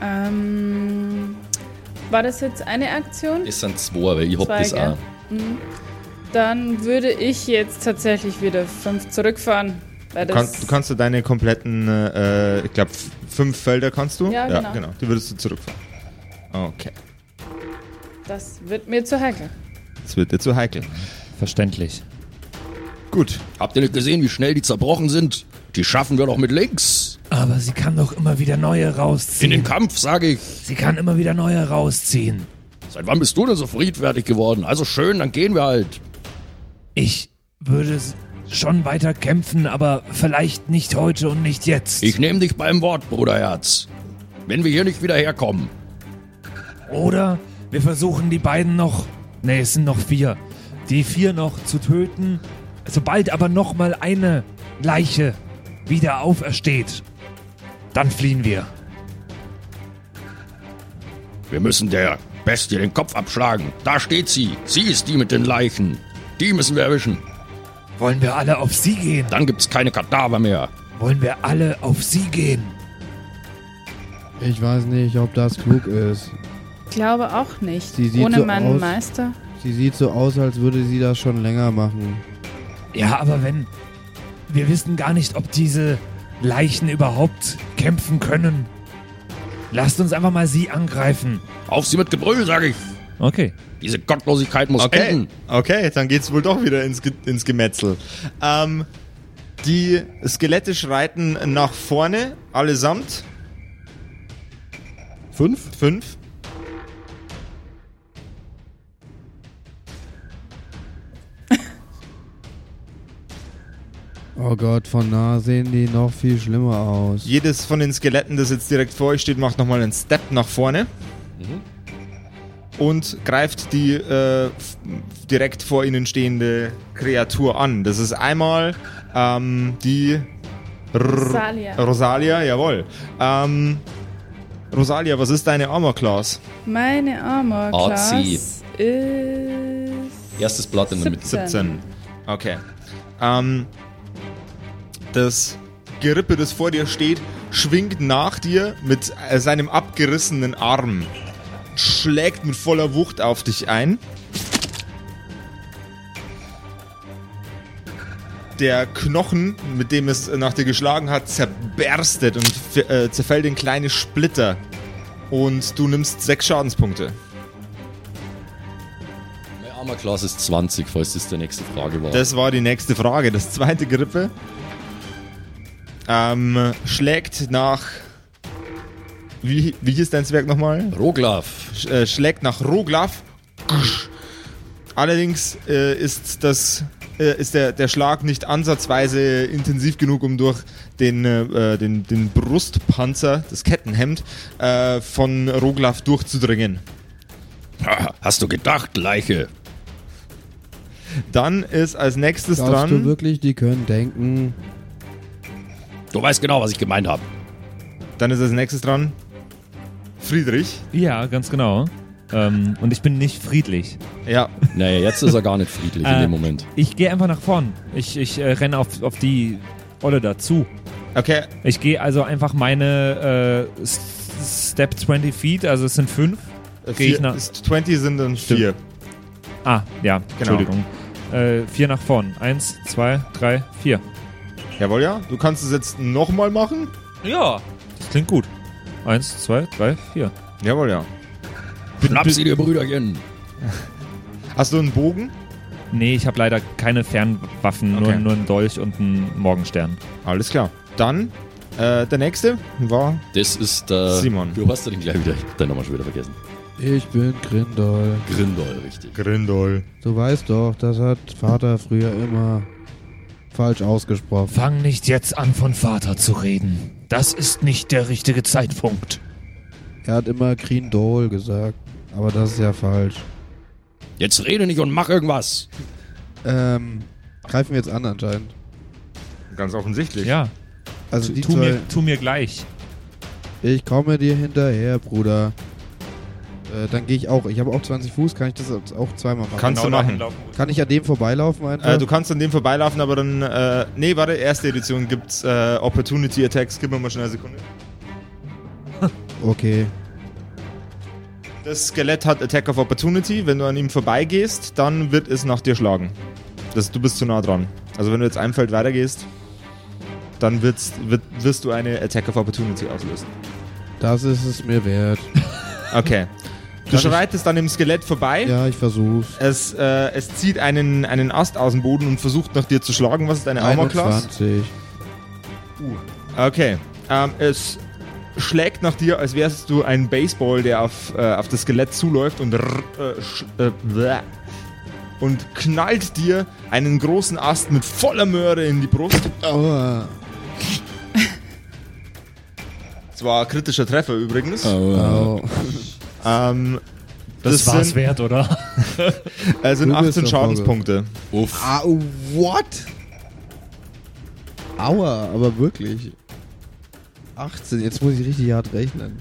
Speaker 7: Ähm, war das jetzt eine Aktion?
Speaker 9: Es sind zwei, weil ich hab
Speaker 7: Zwei,
Speaker 9: das
Speaker 7: gell?
Speaker 9: auch.
Speaker 7: Dann würde ich jetzt tatsächlich wieder 5 zurückfahren. Weil
Speaker 1: Du,
Speaker 7: das
Speaker 1: kannst- du kannst du deine kompletten, äh, ich glaube, fünf Felder kannst du?
Speaker 7: Ja, genau.
Speaker 1: Die würdest du zurückfahren. Okay.
Speaker 7: das wird mir zu heikel.
Speaker 1: Das wird dir zu heikel.
Speaker 10: Verständlich.
Speaker 1: Gut.
Speaker 3: Habt ihr nicht gesehen, wie schnell die zerbrochen sind? Die schaffen wir doch mit links.
Speaker 5: Aber sie kann doch immer wieder neue
Speaker 3: In den
Speaker 5: rausziehen.
Speaker 3: Kampf, sage ich.
Speaker 5: Sie kann immer wieder neue rausziehen.
Speaker 3: Seit wann bist du denn so friedfertig geworden? Also schön, dann gehen wir halt.
Speaker 5: Ich würde s- schon weiter kämpfen, aber vielleicht nicht heute und nicht jetzt.
Speaker 3: Ich nehme dich beim Wort, Bruderherz. Wenn wir hier nicht wieder herkommen.
Speaker 5: Oder wir versuchen die beiden noch, nee, es sind noch vier, die vier noch zu töten, sobald aber nochmal eine Leiche wieder aufersteht, dann fliehen wir.
Speaker 3: Wir müssen der Bestie den Kopf abschlagen. Da steht sie. Sie ist die mit den Leichen. Die müssen wir erwischen.
Speaker 5: Wollen wir alle auf sie gehen?
Speaker 3: Dann gibt's keine Kadaver mehr.
Speaker 5: Wollen wir alle auf sie gehen?
Speaker 4: Ich weiß nicht, ob das klug ist.
Speaker 7: Glaube auch nicht.
Speaker 4: Sie sieht
Speaker 7: Ohne
Speaker 4: so
Speaker 7: meinen
Speaker 4: aus.
Speaker 7: Meister.
Speaker 4: Sie sieht so aus, als würde sie das schon länger machen.
Speaker 5: Ja, aber wenn. Wir wissen gar nicht, ob diese Leichen überhaupt kämpfen können. Lasst uns einfach mal sie angreifen.
Speaker 3: Auf sie mit Gebrüll, sag ich.
Speaker 6: Okay.
Speaker 3: Diese Gottlosigkeit muss
Speaker 1: Okay,
Speaker 3: enden.
Speaker 1: okay, dann geht's wohl doch wieder ins, Ge ins Gemetzel. Ähm, die Skelette schreiten nach vorne, allesamt. Fünf? Fünf.
Speaker 4: Oh Gott, von nah sehen die noch viel schlimmer aus.
Speaker 1: Jedes von den Skeletten, das jetzt direkt vor euch steht, macht nochmal einen Step nach vorne. Und greift die äh, f- direkt vor ihnen stehende Kreatur an. Das ist einmal ähm, die R
Speaker 7: Rosalia.
Speaker 1: Rosalia, jawohl. Ähm, Rosalia, was ist deine Armor Class?
Speaker 7: Meine Armor
Speaker 11: Artsy.
Speaker 7: Class ist
Speaker 11: Erstes Blatt in der Mitte.
Speaker 7: 17.
Speaker 1: Okay. Ähm, das Gerippe, das vor dir steht, schwingt nach dir mit äh, seinem abgerissenen Arm. Schlägt mit voller Wucht auf dich ein. Der Knochen, mit dem es nach dir geschlagen hat, zerberstet und f- äh, zerfällt in kleine Splitter. Und du nimmst sechs Schadenspunkte.
Speaker 11: Meine Armor Class ist 20, falls das der nächste Frage war.
Speaker 1: Das war die nächste Frage. Das zweite Grippe ähm, schlägt nach. Wie, wie hieß dein Zwerg nochmal?
Speaker 11: Roglaf.
Speaker 1: Sch, äh, schlägt nach Roglaf. Allerdings äh, ist, das, äh, ist der, der Schlag nicht ansatzweise intensiv genug, um durch den, äh, äh, den, den Brustpanzer, das Kettenhemd, äh, von Roglaf durchzudringen.
Speaker 3: Ha, Hast du gedacht, Leiche?
Speaker 1: Dann ist als nächstes
Speaker 4: Glaubst du
Speaker 1: dran.
Speaker 4: wirklich, die können denken?
Speaker 3: Du weißt genau, was ich gemeint habe.
Speaker 1: Dann ist als nächstes dran. Friedrich.
Speaker 6: Ja, ganz genau. Ähm, und ich bin nicht friedlich.
Speaker 1: Ja,
Speaker 11: Naja, jetzt ist er gar nicht friedlich in
Speaker 6: Äh,
Speaker 11: dem Moment.
Speaker 6: Ich gehe einfach nach vorn. Ich, ich äh, renne auf, auf die Olle dazu.
Speaker 1: okay.
Speaker 6: Ich gehe also einfach meine äh, S- Step 20 Feet, also es sind fünf. Geh ich
Speaker 1: Vier-
Speaker 6: nach-
Speaker 1: ist 20 sind dann 4.
Speaker 6: Ah, ja,
Speaker 1: Genau.
Speaker 6: Entschuldigung. Äh, vier nach vorn. Eins, zwei, drei, vier.
Speaker 1: Jawohl, ja. Du kannst es jetzt nochmal machen.
Speaker 6: Ja. Das klingt gut. Eins, zwei, drei, vier.
Speaker 1: Jawohl, ja.
Speaker 3: Schnapp sie dir, Brüderchen.
Speaker 1: Hast du einen Bogen?
Speaker 6: Nee, ich habe leider keine Fernwaffen, nur,
Speaker 1: Okay.
Speaker 6: nur einen Dolch und einen Morgenstern.
Speaker 1: Alles klar. Dann, äh, der nächste war.
Speaker 11: Das ist
Speaker 9: äh,
Speaker 11: der.
Speaker 1: Simon.
Speaker 11: Du hast den gleich wieder. Deinen Namen schon wieder vergessen.
Speaker 4: Ich bin Grindol.
Speaker 11: Grindol, richtig.
Speaker 1: Grindol.
Speaker 4: Du weißt doch, das hat Vater früher immer falsch ausgesprochen.
Speaker 5: Fang nicht jetzt an, von Vater zu reden. Das ist nicht der richtige Zeitpunkt.
Speaker 4: Er hat immer Grindol gesagt. Aber das ist ja falsch.
Speaker 3: Jetzt rede nicht und mach irgendwas.
Speaker 4: Ähm, greifen wir jetzt an anscheinend.
Speaker 1: Ganz offensichtlich.
Speaker 6: Ja,
Speaker 4: Also
Speaker 6: tu,
Speaker 4: die
Speaker 6: tu,
Speaker 4: zwei,
Speaker 6: mir, tu mir gleich.
Speaker 4: Ich komme dir hinterher, Bruder. Äh, dann gehe ich auch. Ich habe auch 20 Fuß. Kann ich das jetzt auch zweimal machen?
Speaker 12: Genau
Speaker 1: Kannst du machen.
Speaker 4: Kann ich an dem vorbeilaufen einfach?
Speaker 1: Äh, du kannst an dem vorbeilaufen, aber dann. Äh, nee, warte, erste Edition gibt's äh, Opportunity Attacks. Gib mir mal schnell eine Sekunde.
Speaker 4: okay.
Speaker 1: Das Skelett hat Attack of Opportunity. Wenn du an ihm vorbeigehst, dann wird es nach dir schlagen. Das, du bist zu nah dran. Also, wenn du jetzt ein Feld weitergehst, dann wird's, wird, wirst du eine Attack of Opportunity auslösen.
Speaker 4: Das ist es mir wert.
Speaker 1: Okay. Du schreitest an dem Skelett vorbei.
Speaker 4: Ja, ich versuch's.
Speaker 1: Es, äh, es zieht einen, einen Ast aus dem Boden und versucht nach dir zu schlagen. Was ist deine Armor Class?
Speaker 4: 21.
Speaker 1: Okay. Ähm, es schlägt nach dir, als wärst du ein Baseball, der auf, äh, auf das Skelett zuläuft und, rrr, äh, sch- äh, bleh. und knallt dir einen großen Ast mit voller Möhre in die Brust.
Speaker 4: Aua.
Speaker 1: Zwar kritischer Treffer übrigens.
Speaker 4: Au.
Speaker 5: Oh.
Speaker 1: Ähm,
Speaker 5: Das, war's
Speaker 1: sind,
Speaker 5: wert,
Speaker 12: [laughs]
Speaker 5: oder?
Speaker 1: äh, sind
Speaker 4: Du bist der
Speaker 1: 18
Speaker 4: Vogel.
Speaker 1: Schadenspunkte.
Speaker 11: Uff.
Speaker 4: Au, what? Aua, aber wirklich. 18, jetzt muss ich richtig hart rechnen.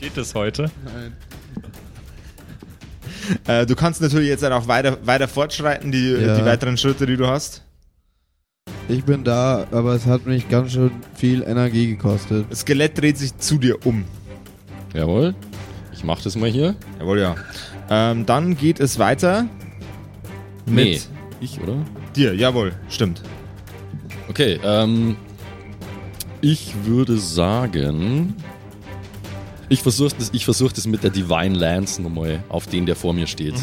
Speaker 6: Geht es heute?
Speaker 4: Nein.
Speaker 1: Äh, du kannst natürlich jetzt dann auch weiter, weiter fortschreiten, die,
Speaker 4: Ja.
Speaker 1: die weiteren Schritte, die du hast.
Speaker 4: Ich bin da, aber es hat mich ganz schön viel Energie gekostet.
Speaker 1: Das Skelett dreht sich zu dir um.
Speaker 9: Jawohl. Ich mach das mal hier.
Speaker 1: Jawohl, ja. Ähm, dann geht es weiter mit
Speaker 9: Nee. Ich, oder?
Speaker 1: dir. Jawohl, stimmt.
Speaker 9: Okay, ähm. Ich würde sagen. Ich versuche das, ich versuch das mit der Divine Lance nochmal auf den, der vor mir steht.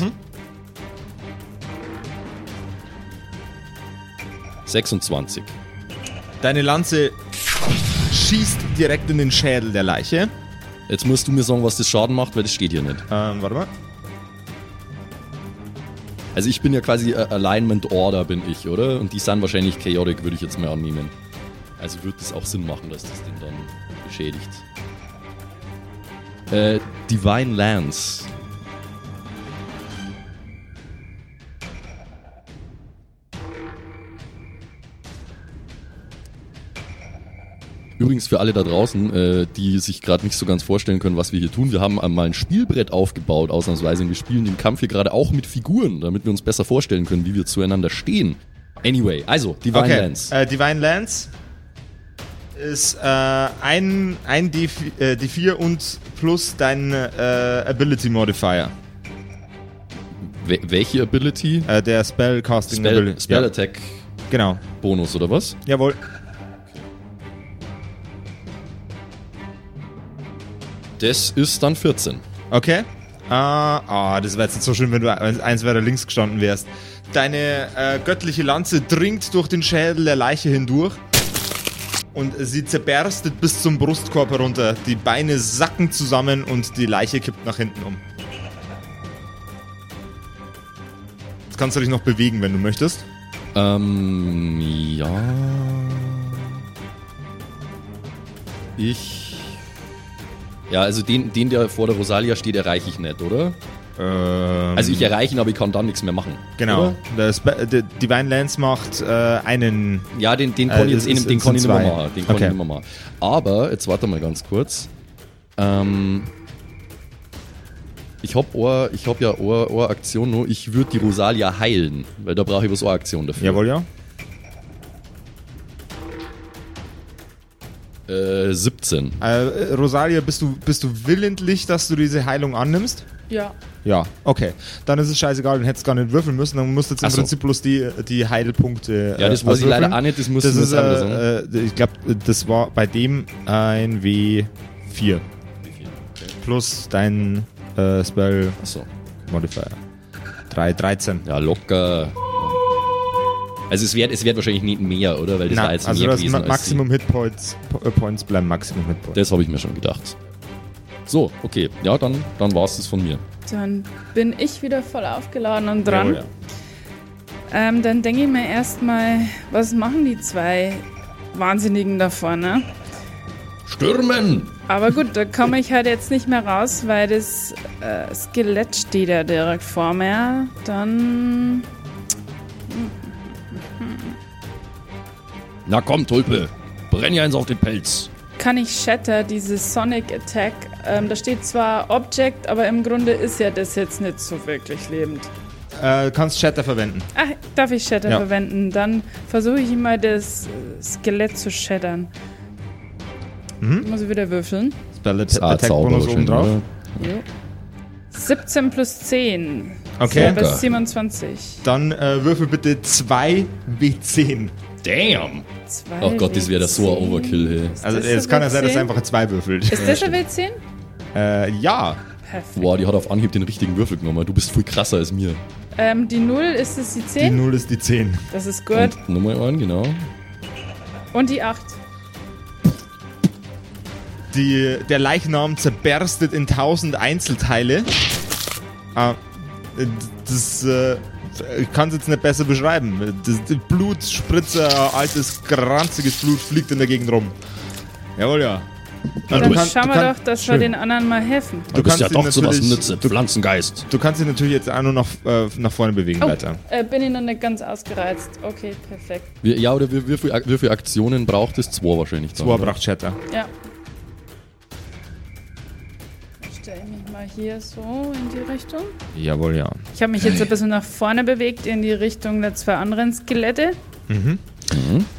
Speaker 9: 26.
Speaker 1: Deine Lanze schießt direkt in den Schädel der Leiche.
Speaker 9: Jetzt musst du mir sagen, was das Schaden macht, weil das steht hier nicht.
Speaker 1: Ähm, warte mal.
Speaker 9: Also ich bin ja quasi äh, Alignment Order bin ich, oder? Und die sind wahrscheinlich Chaotic, würde ich jetzt mal annehmen. Also würde es auch Sinn machen, dass das Ding dann beschädigt. Äh, Divine Lance. Übrigens für alle da draußen, äh, die sich gerade nicht so ganz vorstellen können, was wir hier tun. Wir haben einmal ein Spielbrett aufgebaut, ausnahmsweise, und wir spielen den Kampf hier gerade auch mit Figuren, damit wir uns besser vorstellen können, wie wir zueinander stehen. Anyway, also Divine
Speaker 1: okay.
Speaker 9: Lance.
Speaker 1: Äh, Divine Lance ist äh, ein, ein D, äh, D4 und plus dein äh, Ability Modifier.
Speaker 9: Wel- welche Ability?
Speaker 1: Äh, der Spell Casting
Speaker 9: Spell,
Speaker 1: Ability.
Speaker 9: Spell
Speaker 1: ja,
Speaker 9: Attack
Speaker 1: genau.
Speaker 9: Bonus oder was?
Speaker 1: Jawohl.
Speaker 9: Das ist dann 14.
Speaker 1: Okay. Ah, ah, das wäre jetzt nicht so schön, wenn du ein- eins weiter links gestanden wärst. Deine äh, göttliche Lanze dringt durch den Schädel der Leiche hindurch und sie zerberstet bis zum Brustkorb herunter. Die Beine sacken zusammen und die Leiche kippt nach hinten um. Jetzt kannst du dich noch bewegen, wenn du möchtest.
Speaker 9: Ähm, ja. Ich. Ja, also den, den, der vor der Rosalia steht, erreiche ich nicht, oder?
Speaker 1: Ähm,
Speaker 9: Also ich erreiche ihn, aber ich kann dann nichts mehr machen.
Speaker 1: genau.
Speaker 9: Oder?
Speaker 1: Der Spe- der Divine Lance macht äh, einen
Speaker 9: Ja, den, den
Speaker 1: Äh,
Speaker 9: kann ich
Speaker 1: es
Speaker 9: jetzt eh
Speaker 1: ist-
Speaker 9: nicht- den
Speaker 1: es
Speaker 9: kann ich
Speaker 1: sind
Speaker 9: nicht mehr
Speaker 1: zwei.
Speaker 9: machen. Den kann
Speaker 1: Okay.
Speaker 9: ich nicht mehr machen. Aber, jetzt warte mal ganz kurz. Ähm. Ich hab, Ohr, ich hab ja Ohr, Ohraktion nur. Ich würde die Rosalia heilen, weil da brauche ich was Ohraktion dafür.
Speaker 1: Jawohl, ja.
Speaker 9: Äh, 17.
Speaker 1: Äh, Rosalia, bist du, bist du willentlich, dass du diese Heilung annimmst?
Speaker 7: Ja.
Speaker 1: Ja, okay. Dann ist es scheißegal, dann hättest du gar nicht würfeln müssen, dann musst du jetzt im
Speaker 9: Ach so.
Speaker 1: Prinzip bloß die, die Heilpunkte. äh,
Speaker 9: Ja, das weiß ich leider auch nicht, das muss
Speaker 1: Das
Speaker 9: ich
Speaker 1: ist,
Speaker 9: mir selber sagen.
Speaker 1: äh, äh, ich glaube, das war bei dem ein W4. Plus dein äh, Spell
Speaker 9: Achso.
Speaker 1: Modifier. 3, 13.
Speaker 9: Ja, locker. Also es wird es wird wahrscheinlich nicht mehr, oder? Weil das war
Speaker 1: Na,
Speaker 9: jetzt
Speaker 1: also
Speaker 9: mehr
Speaker 1: das
Speaker 9: gewesen.
Speaker 1: Ma
Speaker 9: als
Speaker 1: Maximum Hit Points, Po- äh, Points bleiben Maximum Hit
Speaker 9: die-
Speaker 1: Points.
Speaker 9: Das habe ich mir schon gedacht. So, okay. Ja, dann, dann war es das von mir.
Speaker 7: Dann bin ich wieder voll aufgeladen und dran.
Speaker 1: Jawohl, ja.
Speaker 7: Ähm, dann denke ich mir erstmal, was machen die zwei Wahnsinnigen da vorne?
Speaker 9: Stürmen!
Speaker 7: Aber gut, da komme ich halt jetzt nicht mehr raus, weil das äh, Skelett steht ja direkt vor mir. Dann.
Speaker 9: Na komm, Tulpe. Brenn ja eins auf den Pelz.
Speaker 7: kann ich Shatter, diese Sonic Attack. Ähm, da steht zwar Object, aber im Grunde ist ja das jetzt nicht so wirklich lebend.
Speaker 1: Äh, kannst Shatter verwenden.
Speaker 7: Ach, darf ich Shatter
Speaker 1: Ja.
Speaker 7: verwenden? Dann versuche ich mal das äh, Skelett zu shattern.
Speaker 1: Mhm.
Speaker 7: Muss ich wieder würfeln.
Speaker 1: Spell
Speaker 9: Das ist ein
Speaker 1: Attack
Speaker 9: Zauber
Speaker 1: Bonus oben
Speaker 9: wahrscheinlich,
Speaker 1: drauf.
Speaker 9: oder?
Speaker 7: 17 plus 10.
Speaker 1: Okay.
Speaker 7: Selber 27.
Speaker 1: Dann äh, würfel bitte 2 W10.
Speaker 9: Damn!
Speaker 7: Zwei
Speaker 9: Oh Gott, das wäre das so ein
Speaker 7: W10.
Speaker 9: Overkill, hey.
Speaker 7: Ist
Speaker 1: Also
Speaker 7: das
Speaker 1: es
Speaker 7: ein
Speaker 1: kann ja sein, dass
Speaker 7: W10?
Speaker 1: er einfach eine 2 würfelt.
Speaker 7: Ist das ein W10?
Speaker 1: Äh, ja.
Speaker 7: Perfekt.
Speaker 9: Boah, die hat auf Anhieb den richtigen Würfel genommen. Du bist viel krasser als mir.
Speaker 7: Ähm, die 0, ist es die
Speaker 1: Die
Speaker 7: 10?
Speaker 1: 0 ist die 10.
Speaker 7: das ist gut.
Speaker 9: Und Nummer 1, genau.
Speaker 7: Und die 8.
Speaker 1: Die, der Leichnam zerberstet in tausend Einzelteile. Ah, äh, das äh, ich kann es jetzt nicht besser beschreiben. Das, das Blut, Spritzer, altes, kranziges Blut fliegt in der Gegend rum. Jawohl, ja.
Speaker 7: Dann
Speaker 1: du kannst-
Speaker 7: schauen
Speaker 1: du
Speaker 7: wir
Speaker 1: kannst-
Speaker 7: doch, dass
Speaker 1: schön.
Speaker 7: wir den anderen mal helfen.
Speaker 1: Du kannst ihn natürlich-
Speaker 9: Pflanzengeist.
Speaker 1: Du kannst dich natürlich jetzt auch nur nach, äh, nach vorne bewegen
Speaker 7: Oh,
Speaker 1: weiter.
Speaker 7: äh, bin ich noch nicht ganz ausgereizt. Okay, perfekt.
Speaker 9: Wir, ja, oder wie, wie, viele, wie viele Aktionen braucht es? Zwei wahrscheinlich. dann,
Speaker 1: Boah,
Speaker 9: oder?
Speaker 1: bracht Shatter.
Speaker 7: Ja. Stell mich mal hier so in die Richtung.
Speaker 1: Jawohl, ja.
Speaker 7: Ich habe mich jetzt ein bisschen nach vorne bewegt in die Richtung der zwei anderen Skelette.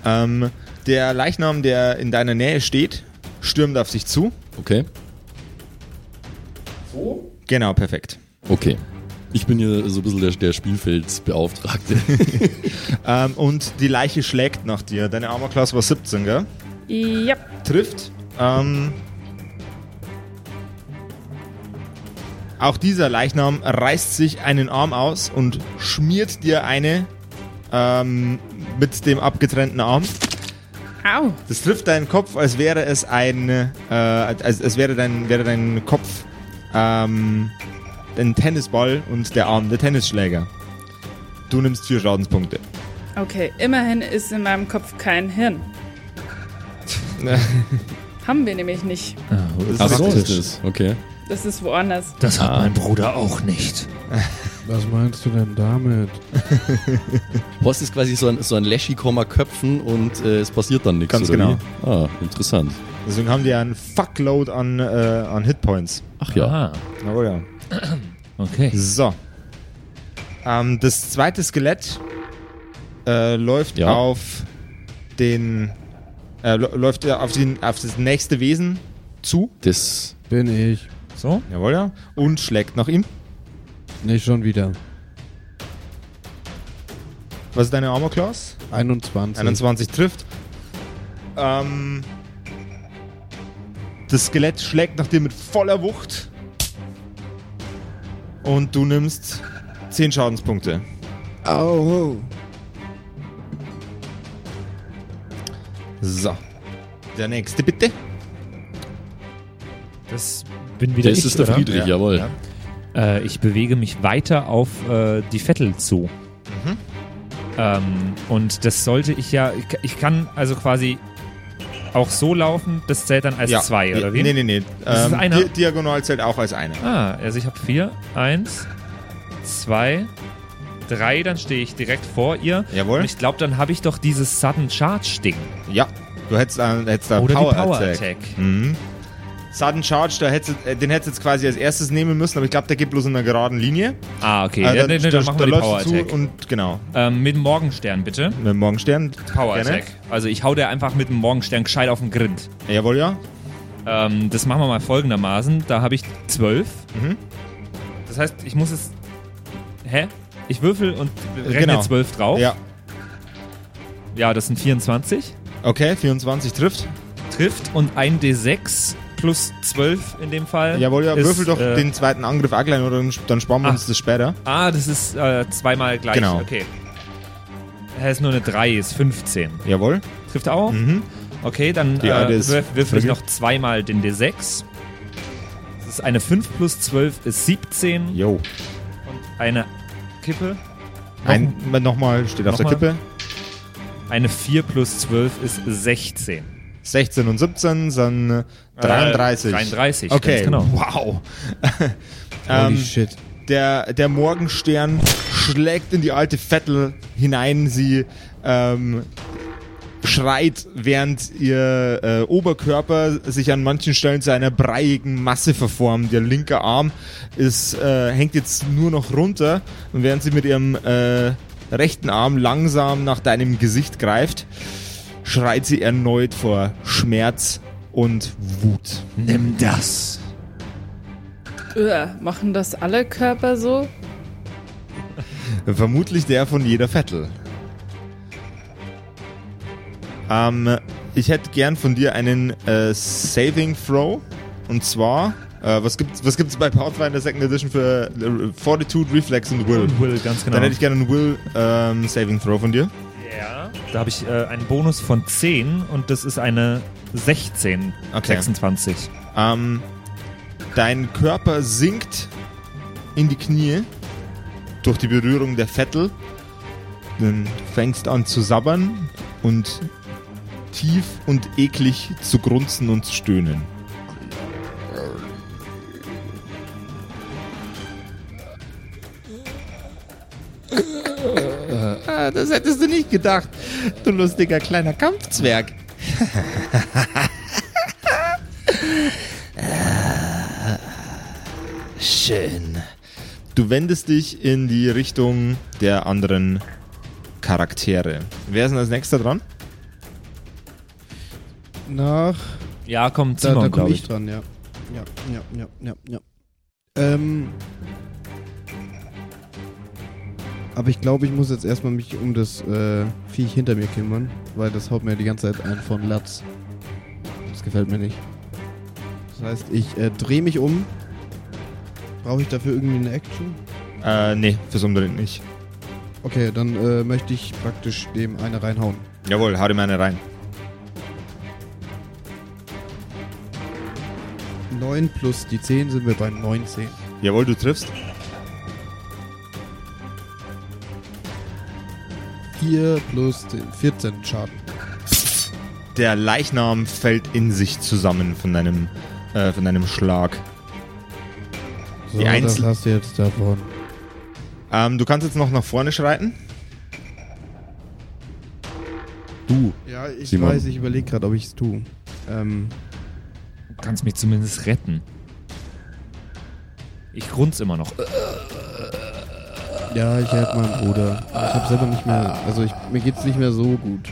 Speaker 1: Ähm, der Leichnam, der in deiner Nähe steht, stürmt auf dich zu.
Speaker 9: Okay.
Speaker 13: So?
Speaker 1: Genau, perfekt.
Speaker 9: Okay. Ich bin hier so ein bisschen der, der Spielfeldsbeauftragte.
Speaker 11: [laughs]
Speaker 1: Ähm, und die Leiche schlägt nach dir. Deine Armor Class war 17, gell?
Speaker 7: Ja,
Speaker 1: Trifft. Ähm, auch dieser Leichnam reißt sich einen Arm aus und schmiert dir eine ähm, mit dem abgetrennten Arm.
Speaker 7: au.
Speaker 1: Das trifft deinen Kopf, als wäre es ein, äh, als, als wäre dein, wäre dein Kopf ähm, ein Tennisball und der Arm der Tennisschläger. Du nimmst vier Schadenspunkte.
Speaker 7: Okay, immerhin ist in meinem Kopf kein Hirn. Haben wir nämlich nicht.
Speaker 1: Das ist
Speaker 9: ist es. Okay.
Speaker 7: Das ist woanders.
Speaker 12: Das hat mein Bruder auch nicht.
Speaker 4: Was meinst du denn damit?
Speaker 9: Horst ist quasi so ein, so ein Leschi-Komma köpfen und äh, es passiert dann nichts.
Speaker 1: Ganz
Speaker 9: oder
Speaker 1: genau.
Speaker 9: Wie? Ah, interessant.
Speaker 1: Deswegen haben die einen Fuckload an, äh, an Hitpoints.
Speaker 9: Ach ja.
Speaker 12: Ah,
Speaker 1: Jawohl, Oh ja.
Speaker 12: okay.
Speaker 1: So. Ähm, das zweite Skelett äh, läuft
Speaker 9: Ja.
Speaker 1: auf den äh, lo- läuft äh, auf den auf das nächste Wesen zu.
Speaker 9: Das.
Speaker 4: Bin ich.
Speaker 12: So?
Speaker 1: Jawohl, ja. Und schlägt nach ihm.
Speaker 4: Nicht schon wieder.
Speaker 1: Was ist deine Armor Class?
Speaker 4: 21.
Speaker 1: 21 trifft. Ähm, das Skelett schlägt nach dir mit voller Wucht. Und du nimmst 10 Schadenspunkte.
Speaker 4: Au.
Speaker 1: So. Der nächste, bitte.
Speaker 12: Das bin wieder
Speaker 9: Das
Speaker 12: ich,
Speaker 9: ist der
Speaker 12: oder?
Speaker 9: Friedrich,
Speaker 1: Ja.
Speaker 9: jawohl.
Speaker 1: Ja.
Speaker 12: Äh, ich bewege mich weiter auf äh, die Vettel zu.
Speaker 5: Mhm.
Speaker 12: Ähm, und das sollte ich ja. Ich, ich kann also quasi auch so laufen, das zählt dann als zwei, oder wie?
Speaker 1: Nee, nee, nee.
Speaker 12: Das ist
Speaker 1: Ähm,
Speaker 12: einer.
Speaker 1: Di Diagonal zählt auch als einer.
Speaker 12: Ah, also ich habe vier. Eins, zwei, drei, dann stehe ich direkt vor ihr.
Speaker 1: Jawohl.
Speaker 12: Und ich glaube, dann habe ich doch dieses Sudden Charge-Ding.
Speaker 1: Ja. Du hättest, äh, hättest da
Speaker 12: Oder
Speaker 1: Power,
Speaker 12: die Power
Speaker 1: Attack.
Speaker 12: Attack.
Speaker 1: Mhm. Sudden Charge, da hättest, du- äh, den hättest du jetzt quasi als erstes nehmen müssen, aber ich glaube, der geht bloß in einer geraden Linie.
Speaker 12: Ah, okay.
Speaker 1: Äh,
Speaker 12: ja, nee, nee, dann machen wir die
Speaker 1: läufst
Speaker 12: Power
Speaker 1: du zu
Speaker 12: Attack.
Speaker 1: Und genau,
Speaker 12: Ähm, mit dem Morgenstern, bitte.
Speaker 1: mit dem Morgenstern.
Speaker 12: Power
Speaker 1: Gerne.
Speaker 12: Attack. Also ich hau der einfach mit dem Morgenstern gescheit auf den Grind.
Speaker 1: Jawohl, ja.
Speaker 12: Ähm, das machen wir mal folgendermaßen. Da habe ich 12.
Speaker 1: Mhm.
Speaker 12: Das heißt, ich muss es. Hä? Ich würfel und rechne
Speaker 1: Genau.
Speaker 12: 12 drauf.
Speaker 1: Ja.
Speaker 12: Ja, das sind 24.
Speaker 1: Okay, 24 trifft.
Speaker 12: Trifft und ein D6 plus 12 in dem Fall.
Speaker 1: Jawohl, ja.
Speaker 12: ist,
Speaker 1: Würfel doch
Speaker 12: äh,
Speaker 1: den zweiten Angriff auch gleich, oder dann- dann sparen wir
Speaker 12: Ah.
Speaker 1: uns das später.
Speaker 12: Ah, das ist äh, zweimal gleich.
Speaker 1: Genau.
Speaker 12: Okay. Er ist nur eine 3, ist 15.
Speaker 1: Jawohl.
Speaker 12: Trifft auch?
Speaker 1: Mhm.
Speaker 12: Okay, dann
Speaker 1: Die alte
Speaker 12: äh,
Speaker 1: ist
Speaker 12: würf- würfel ich
Speaker 1: fragil.
Speaker 12: noch zweimal den D6. Das ist eine 5 plus 12 ist 17.
Speaker 1: Jo.
Speaker 12: Eine Kippe.
Speaker 1: Ein, nochmal, steht auf
Speaker 12: Nochmal.
Speaker 1: der Kippe.
Speaker 12: Eine 4 plus 12 ist 16.
Speaker 1: 16 und 17 sind äh,
Speaker 12: Äh,
Speaker 1: 33.
Speaker 12: 33,
Speaker 1: Okay,
Speaker 12: ganz genau.
Speaker 1: wow. [laughs]
Speaker 4: Holy
Speaker 1: ähm,
Speaker 4: shit.
Speaker 1: der, der Morgenstern schlägt in die alte Vettel hinein. Sie ähm, schreit, während ihr äh, Oberkörper sich an manchen Stellen zu einer breiigen Masse verformt. Der linke Arm ist, äh, hängt jetzt nur noch runter. Und während sie mit ihrem äh, rechten Arm langsam nach deinem Gesicht greift, schreit sie erneut vor Schmerz und Wut.
Speaker 12: Nimm das.
Speaker 7: Uah, Äh, machen das alle Körper so?
Speaker 1: Vermutlich der von jeder Vettel. Ähm, ich hätte gern von dir einen äh, Saving Throw. Und zwar, äh, was gibt's, was gibt's bei Pathfinder Second Edition für äh, Fortitude, Reflex und Will?
Speaker 12: Will, ganz genau.
Speaker 1: Dann hätte ich gerne einen Will ähm, Saving Throw von dir.
Speaker 12: ja. Da habe ich äh, einen Bonus von 10 und das ist eine 16.
Speaker 1: Okay.
Speaker 12: 26.
Speaker 1: Ähm, dein Körper sinkt in die Knie durch die Berührung der Vettel. Dann fängst an zu sabbern und tief und eklig zu grunzen und zu stöhnen.
Speaker 2: Ah, das hättest du nicht gedacht. Du lustiger kleiner Kampfzwerg.
Speaker 1: Du wendest dich in die Richtung der anderen Charaktere. Wer ist denn als nächster dran?
Speaker 4: Nach.
Speaker 6: Ja, kommt
Speaker 4: Da, da
Speaker 6: Simon,
Speaker 4: komme
Speaker 6: glaube
Speaker 4: ich
Speaker 6: ich.
Speaker 4: dran, ja. Ja, ja, ja, ja, ja. Ähm. Aber ich glaube, ich muss jetzt erstmal mich um das äh, Viech hinter mir kümmern, weil das haut mir die ganze Zeit ein von Latz. Das gefällt mir nicht. Das heißt, ich äh, drehe mich um. Brauche ich dafür irgendwie eine Action?
Speaker 1: Äh, nee, fürs Umdrehen nicht.
Speaker 4: Okay, dann äh, möchte ich praktisch dem eine reinhauen.
Speaker 1: Jawohl, hau dir meine rein.
Speaker 4: 9 plus die 10 sind wir bei 19.
Speaker 1: Jawohl, du triffst.
Speaker 4: 4 plus 10, 14 Schaden.
Speaker 1: Der Leichnam fällt in sich zusammen von deinem, äh, von deinem Schlag.
Speaker 4: So,
Speaker 1: Die
Speaker 4: das
Speaker 1: Einzel-
Speaker 4: hast du jetzt davon.
Speaker 1: Ähm, du kannst jetzt noch nach vorne schreiten.
Speaker 11: Du,
Speaker 4: Ja, ich
Speaker 11: Simon.
Speaker 4: weiß, ich überlege gerade, ob ich es tue. Ähm,
Speaker 6: Du kannst mich zumindest retten. Ich grunz immer noch.
Speaker 4: ja, ich helfe meinem Bruder. Ich habe selber nicht mehr, also ich, mir geht's nicht mehr so gut.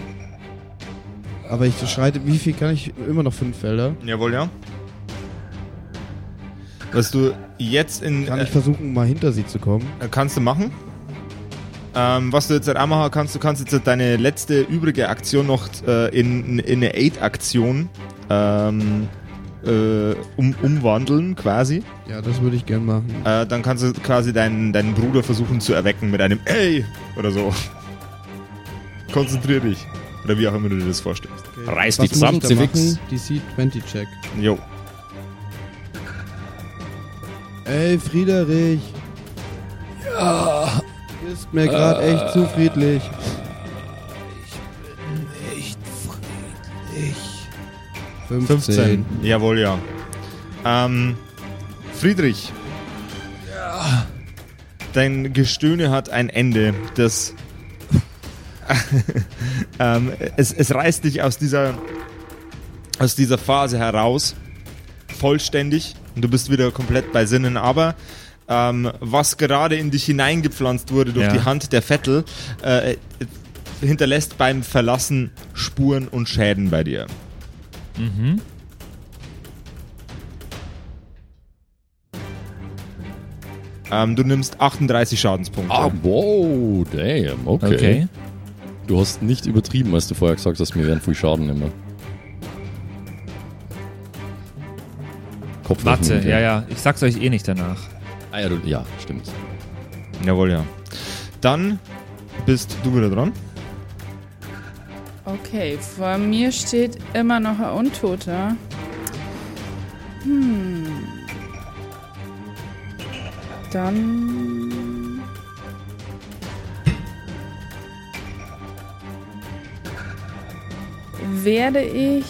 Speaker 4: Aber ich schreite, wie viel kann ich? Immer noch fünf Felder.
Speaker 1: Jawohl, ja. Was du jetzt in.
Speaker 4: Kann ich versuchen, mal hinter sie zu kommen?
Speaker 1: Äh, Kannst du machen. Ähm, was du jetzt einmal kannst, du kannst jetzt halt deine letzte übrige Aktion noch äh, in, in eine Aid-Aktion ähm, äh, um, umwandeln quasi.
Speaker 4: Ja, das würde ich gern machen.
Speaker 1: Äh, dann kannst du quasi deinen, deinen Bruder versuchen zu erwecken mit einem Ey oder so. Konzentrier dich. Oder wie auch immer du dir das vorstellst.
Speaker 3: Reiß
Speaker 4: Was
Speaker 3: dich zusammen,
Speaker 4: muss ich da
Speaker 3: Zivix.
Speaker 4: machen? DC 20 Check.
Speaker 1: Jo.
Speaker 4: Ey, Friederich. Ja. Du bist mir gerade echt zu friedlich.
Speaker 6: Nicht friedlich.
Speaker 4: 15.
Speaker 1: Jawohl, ja. Ähm, Friedrich. Dein Gestöhne hat ein Ende. Das. [laughs] ähm, es, es reißt dich aus dieser, aus dieser Phase heraus. Vollständig. Und du bist wieder komplett bei Sinnen. Aber ähm, was gerade in dich hineingepflanzt wurde durch
Speaker 6: Ja.
Speaker 1: die Hand der Vettel, äh, hinterlässt beim Verlassen Spuren und Schäden bei dir.
Speaker 6: Mhm.
Speaker 1: Ähm, du nimmst 38 Schadenspunkte.
Speaker 11: ah, wow, damn, okay.
Speaker 6: Okay.
Speaker 11: Du hast nicht übertrieben, als du vorher gesagt hast, wir werden viel Schaden immer. Kopf
Speaker 6: Warte,
Speaker 11: hochnehmen,
Speaker 6: ja, ja. Ich sag's euch eh nicht danach.
Speaker 11: Ah, ja, du, ja, stimmt.
Speaker 1: Jawohl, ja. Dann bist du wieder dran.
Speaker 7: Okay, vor mir steht immer noch ein Untoter. Hm. Dann. Werde ich.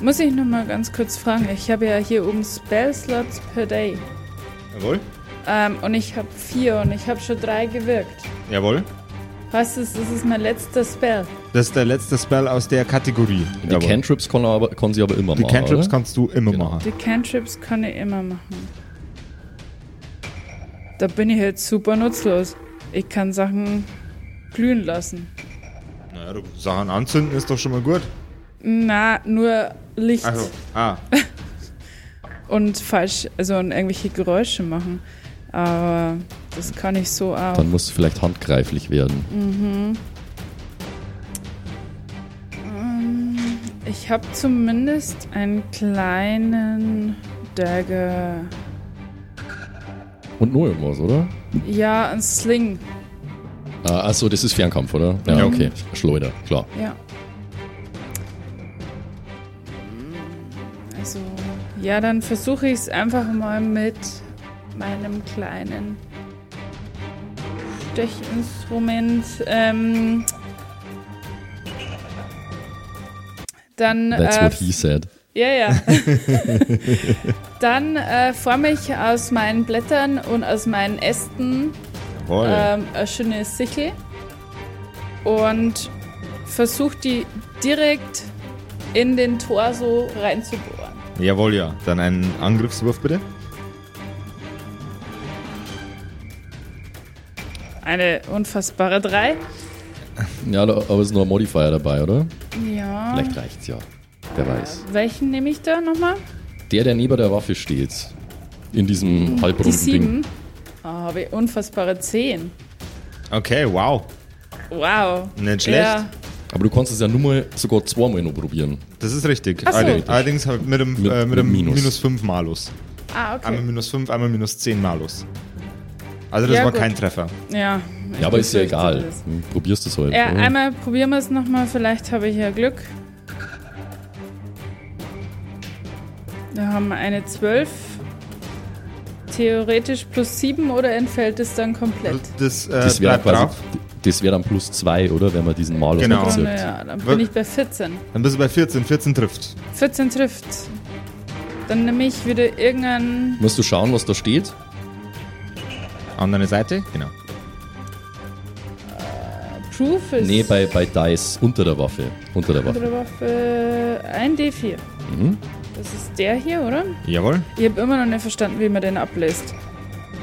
Speaker 7: Muss ich nochmal ganz kurz fragen. Ich habe ja hier oben Spell Slots per Day.
Speaker 1: Jawohl.
Speaker 7: Ähm, und ich habe vier und ich habe schon drei gewirkt.
Speaker 1: Jawohl.
Speaker 7: Was ist, das ist mein letzter Spell.
Speaker 1: Das ist der letzte Spell aus der Kategorie.
Speaker 11: Die Cantrips kann, er aber, kann sie aber immer
Speaker 1: Die
Speaker 11: machen.
Speaker 1: Cantrips
Speaker 11: oder?
Speaker 1: kannst du immer
Speaker 11: Genau.
Speaker 1: machen.
Speaker 7: Die Cantrips kann ich immer machen. Da bin ich jetzt super nutzlos. Ich kann Sachen glühen lassen.
Speaker 1: Naja, du Sachen anzünden ist doch schon mal gut.
Speaker 7: Na, nur Licht
Speaker 1: Also, ah.
Speaker 7: und falsch, also und irgendwelche Geräusche machen. Aber das kann ich so auch.
Speaker 11: Dann musst du vielleicht handgreiflich werden.
Speaker 1: Mhm.
Speaker 7: Ähm, Ich habe zumindest einen kleinen Dagger.
Speaker 11: Und nur irgendwas, oder?
Speaker 7: Ja, ein Sling.
Speaker 11: Ah, achso, das ist Fernkampf, oder? Ja, okay. Schleuder, klar.
Speaker 7: Ja. Also, ja, dann versuche ich es einfach mal mit meinem kleinen Stechinstrument. Ähm, dann.
Speaker 11: That's
Speaker 7: äh,
Speaker 11: what he said.
Speaker 7: ja,
Speaker 11: [laughs]
Speaker 7: ja. dann äh, forme ich aus meinen Blättern und aus meinen Ästen
Speaker 1: Jawohl.
Speaker 7: ähm, eine schöne Sichel und versucht die direkt in den Torso reinzubohren.
Speaker 1: Jawohl, ja. Dann einen Angriffswurf bitte.
Speaker 7: eine unfassbare 3.
Speaker 9: Ja, da- aber es ist noch ein Modifier dabei, oder?
Speaker 7: Ah. Ja.
Speaker 9: Vielleicht reicht's ja. Wer weiß.
Speaker 7: Welchen nehme ich da nochmal?
Speaker 9: Der, der neben der Waffe steht, in diesem
Speaker 7: Die
Speaker 9: halbrunden Ding.
Speaker 7: 7. Oh, habe ich unfassbare 10.
Speaker 1: Okay, wow.
Speaker 7: Wow.
Speaker 1: Nicht schlecht.
Speaker 7: Ja.
Speaker 9: Aber du konntest es ja nur mal, sogar zweimal noch probieren.
Speaker 1: Das ist richtig.
Speaker 7: Ach so.
Speaker 1: Allerdings- Allerdings halt mit einem,
Speaker 9: Mit-
Speaker 1: äh,
Speaker 9: mit
Speaker 1: mit einem
Speaker 9: Minus.
Speaker 1: minus. 5 Malus.
Speaker 7: Ah,
Speaker 1: Einmal
Speaker 7: okay.
Speaker 1: minus 5, einmal minus 10 Malus. Also das
Speaker 7: Ja,
Speaker 1: war
Speaker 7: gut.
Speaker 1: kein Treffer.
Speaker 7: Ja,
Speaker 9: Ja, aber ist ja
Speaker 7: befürchte
Speaker 9: egal.
Speaker 7: das.
Speaker 9: Du probierst es halt.
Speaker 7: Ja,
Speaker 9: oder?
Speaker 7: einmal probieren wir es nochmal, vielleicht habe ich ja Glück. Da haben wir eine 12. Theoretisch plus 7 oder entfällt es dann komplett?
Speaker 1: Das, äh,
Speaker 9: das wäre
Speaker 1: bleibt
Speaker 9: quasi,
Speaker 1: drauf.
Speaker 9: das wäre dann plus zwei, oder? Wenn man diesen Malus
Speaker 1: Genau.
Speaker 9: abzieht.
Speaker 7: Grunde, ja, dann bin ich bei 14.
Speaker 1: Dann bist du bei 14. 14 trifft.
Speaker 7: 14 trifft. Dann nehme ich wieder irgendeinen.
Speaker 9: Musst du schauen, was da steht?
Speaker 1: Andere Seite? Genau.
Speaker 7: Proof ist.
Speaker 9: Nee, bei, bei Dice. Unter der Waffe. Unter der Waffe.
Speaker 7: Andere Waffe. Ein D4.
Speaker 9: Mhm.
Speaker 7: Das ist der hier, oder?
Speaker 1: Jawohl.
Speaker 7: Ich habe immer noch nicht verstanden, wie man den ablässt.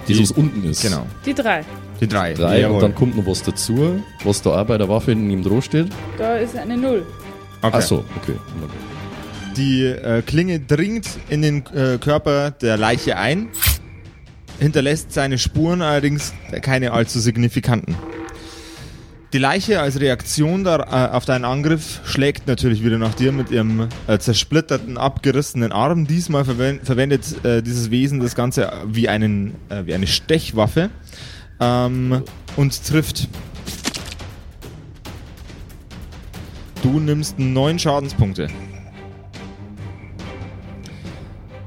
Speaker 9: Die, was unten ist.
Speaker 1: Genau.
Speaker 7: Die 3.
Speaker 1: Die 3.
Speaker 9: Drei
Speaker 1: Jawohl.
Speaker 9: und dann kommt noch was dazu, was da auch bei der Waffe neben dem Droh steht.
Speaker 7: Da ist eine 0.
Speaker 1: okay.
Speaker 9: Achso, okay.
Speaker 1: Die äh, Klinge dringt in den äh, Körper der Leiche ein, hinterlässt seine Spuren allerdings äh, keine allzu signifikanten. Die Leiche als Reaktion dar- äh, auf deinen Angriff schlägt natürlich wieder nach dir mit ihrem äh, zersplitterten, abgerissenen Arm. Diesmal verwen verwendet äh, dieses Wesen das Ganze wie, einen, äh, wie eine Stechwaffe ähm, und trifft. Du nimmst neun Schadenspunkte.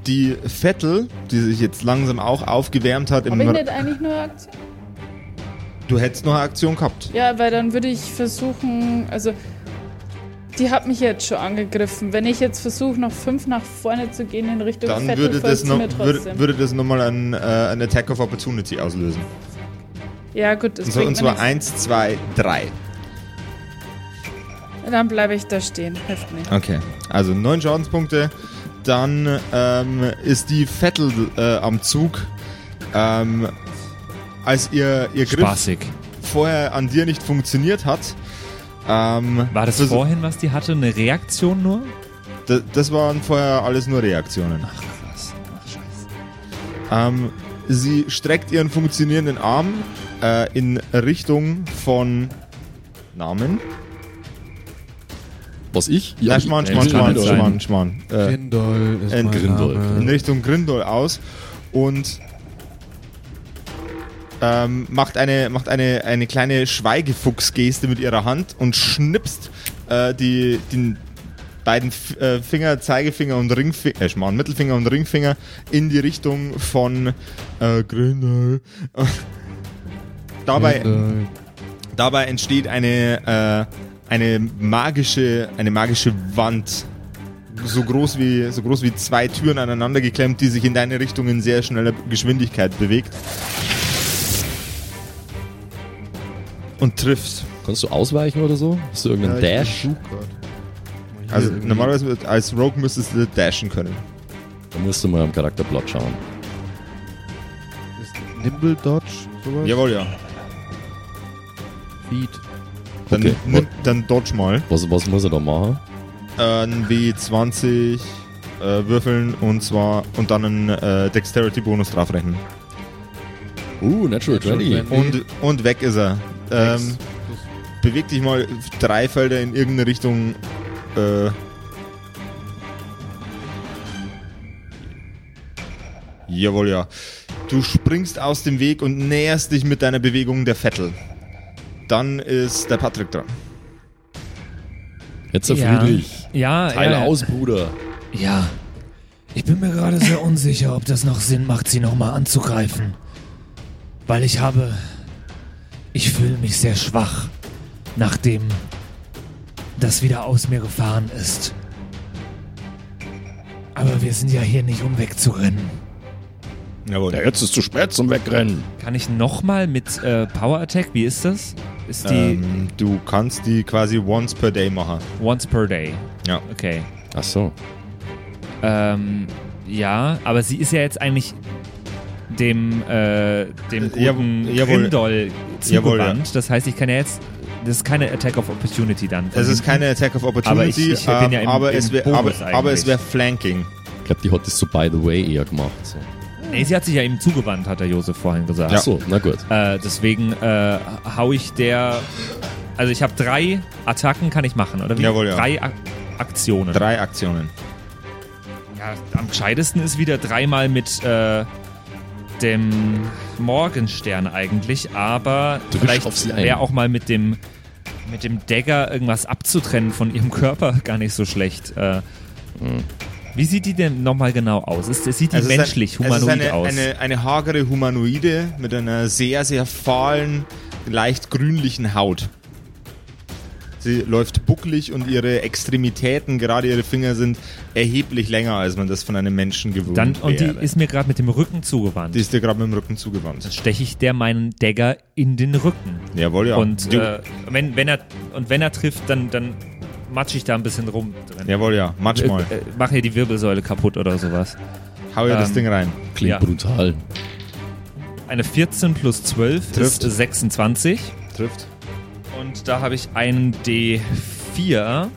Speaker 1: Die Vettel, die sich jetzt langsam auch aufgewärmt hat, im
Speaker 7: Habe ich nicht eigentlich nur Aktion?
Speaker 1: du hättest noch eine Aktion gehabt.
Speaker 7: Ja, weil dann würde ich versuchen, also die hat mich jetzt schon angegriffen. Wenn ich jetzt versuche, noch fünf nach vorne zu gehen in Richtung
Speaker 1: Dann
Speaker 7: Vettel,
Speaker 1: würde das,
Speaker 7: folgt's
Speaker 1: noch,
Speaker 7: mir
Speaker 1: würde,
Speaker 7: trotzdem.
Speaker 1: würde das nochmal ein, äh, ein Attack of Opportunity auslösen.
Speaker 7: ja gut, das
Speaker 1: Und, zwar-
Speaker 7: bringt
Speaker 1: und
Speaker 7: mir
Speaker 1: zwar
Speaker 7: nichts.
Speaker 1: 1, 2, 3.
Speaker 7: Dann bleibe ich da stehen, hilft mir.
Speaker 1: Okay. Also 9 Schadenspunkte. Dann ähm, ist die Vettel äh, am Zug. Ähm, als ihr, ihr Griff
Speaker 5: Spaßig.
Speaker 1: vorher an dir nicht funktioniert hat, ähm,
Speaker 5: War das
Speaker 1: versuch-
Speaker 5: vorhin, was die hatte? Eine Reaktion nur?
Speaker 1: das, das waren vorher alles nur Reaktionen.
Speaker 5: Krass. Ach, scheiße.
Speaker 1: Ähm, sie streckt ihren funktionierenden Arm äh, in Richtung von Namen.
Speaker 9: Was ich?
Speaker 1: Na, Schmarrn,
Speaker 9: ich-
Speaker 1: Schmarrn,
Speaker 9: ich-
Speaker 1: Schmarrn,
Speaker 9: ich-
Speaker 1: Schmarrn, Schmarrn. Äh,
Speaker 4: Grindol ist
Speaker 1: Äh,
Speaker 4: mein
Speaker 9: Grindol.
Speaker 1: in
Speaker 4: Name.
Speaker 1: Richtung Grindol aus und ähm, macht, eine, macht eine, eine kleine Schweigefuchsgeste mit ihrer Hand und schnipst äh, die, den beiden F äh, Finger, Zeigefinger und Ringfinger, äh, Schmarrn, Mittelfinger und Ringfinger in die Richtung von äh, Grindol. [laughs] Dabei
Speaker 4: Grindol.
Speaker 1: Dabei entsteht eine, äh, eine, magische, eine magische Wand. So groß, wie, so groß wie zwei Türen aneinander geklemmt, die sich in deine Richtung in sehr schneller Geschwindigkeit bewegt. Und trifft.
Speaker 9: Kannst du ausweichen oder so? Hast du irgendeinen
Speaker 4: Ja, ich
Speaker 9: Dash?
Speaker 4: versuch Halt grad. Mal hier
Speaker 1: Also
Speaker 4: irgendwie.
Speaker 1: normalerweise mit- als Rogue müsstest du dashen können.
Speaker 9: Da musst du mal am Charakterblatt schauen.
Speaker 4: Ist Nimble Dodge sowas?
Speaker 1: Jawohl, ja.
Speaker 4: Feed.
Speaker 1: Dann,
Speaker 9: Okay.
Speaker 1: nimm, dann dodge mal.
Speaker 9: Was, was muss er da machen?
Speaker 1: Ein W20 äh, würfeln und zwar und dann einen äh, Dexterity-Bonus draufrechnen.
Speaker 9: Uh, Natural 20.
Speaker 1: Und, und weg ist er. Ähm,
Speaker 4: Sechs plus-
Speaker 1: beweg dich mal drei Felder in irgendeine Richtung. Äh, jawohl, ja. Du springst aus dem Weg und näherst dich mit deiner Bewegung der Vettel. Dann ist der Patrick dran.
Speaker 9: Jetzt der
Speaker 5: Ja.
Speaker 9: Friedrich.
Speaker 5: Ja,
Speaker 9: Teile
Speaker 5: ja,
Speaker 9: aus, Bruder.
Speaker 5: Ja. Ich bin mir gerade sehr unsicher, ob das noch Sinn macht, sie nochmal anzugreifen. Weil ich habe. Ich fühle mich sehr schwach, nachdem das wieder aus mir gefahren ist. Aber wir sind ja hier nicht, um wegzurennen.
Speaker 1: Jawohl.
Speaker 14: Ja, jetzt ist zu spät zum Wegrennen.
Speaker 5: Kann ich nochmal mit äh, Power Attack? Wie ist das? Ist
Speaker 1: ähm, du kannst die quasi once per day machen.
Speaker 5: once per day?
Speaker 1: Ja.
Speaker 5: Okay.
Speaker 9: Achso.
Speaker 5: Ähm, ja, aber sie ist ja jetzt eigentlich
Speaker 12: dem, äh, dem guten
Speaker 1: Jawohl, jawohl.
Speaker 12: Grindol
Speaker 1: Jawohl, ja.
Speaker 12: zugewandt. Das heißt, ich kann ja jetzt. Das ist keine Attack of Opportunity dann.
Speaker 1: Es ist keine Attack of Opportunity,
Speaker 12: Aber ich- ich bin ja
Speaker 1: ähm,
Speaker 12: im-
Speaker 1: aber,
Speaker 12: im
Speaker 1: es wär, aber,
Speaker 12: Bonus
Speaker 1: aber es
Speaker 12: eigentlich.
Speaker 1: wäre Flanking.
Speaker 11: Ich glaube, die hat das so by the way eher gemacht. So.
Speaker 12: Nee, sie hat sich ja ihm zugewandt, hat der Josef vorhin gesagt.
Speaker 11: Achso, na gut.
Speaker 12: Äh, deswegen äh, hau ich der. Also ich habe drei Attacken, kann ich machen, oder wie?
Speaker 1: Jawohl, ja.
Speaker 12: Drei Ak Aktionen.
Speaker 1: Drei Aktionen.
Speaker 12: Ja, am gescheitesten ist wieder dreimal mit äh, dem Morgenstern eigentlich, aber
Speaker 11: Drück auf sie
Speaker 12: vielleicht
Speaker 11: ein.
Speaker 12: wäre auch mal mit dem mit dem Dagger irgendwas abzutrennen von ihrem [laughs] Körper gar nicht so schlecht. Äh, Wie sieht die denn nochmal genau aus? Ist, sieht die
Speaker 1: Also Es ist ein-
Speaker 12: menschlich, humanoid
Speaker 1: es ist eine,
Speaker 12: aus?
Speaker 1: Eine, eine hagere Humanoide mit einer sehr, sehr fahlen, leicht grünlichen Haut. Sie läuft bucklig und ihre Extremitäten, gerade ihre Finger, sind erheblich länger, als man das von einem Menschen gewohnt
Speaker 12: Dann, und die
Speaker 1: wäre.
Speaker 12: ist mir gerade mit dem Rücken zugewandt.
Speaker 1: die ist dir gerade mit dem Rücken zugewandt.
Speaker 12: steche ich der meinen Dagger in den Rücken.
Speaker 1: Jawohl, ja.
Speaker 12: Und,
Speaker 1: Du-
Speaker 12: äh, wenn, wenn er, und wenn er trifft, dann, dann matsche ich da ein bisschen rum drin.
Speaker 1: Jawohl, ja. Matsch
Speaker 12: Äh,
Speaker 1: mal.
Speaker 12: äh, mach hier die Wirbelsäule kaputt oder sowas.
Speaker 1: Hau ihr das
Speaker 12: ähm,
Speaker 1: Ding rein.
Speaker 11: Klingt
Speaker 12: Ja.
Speaker 11: brutal.
Speaker 12: Eine 14 plus 12
Speaker 1: Trifft.
Speaker 12: ist 26.
Speaker 1: Trifft.
Speaker 12: Und da habe ich einen D4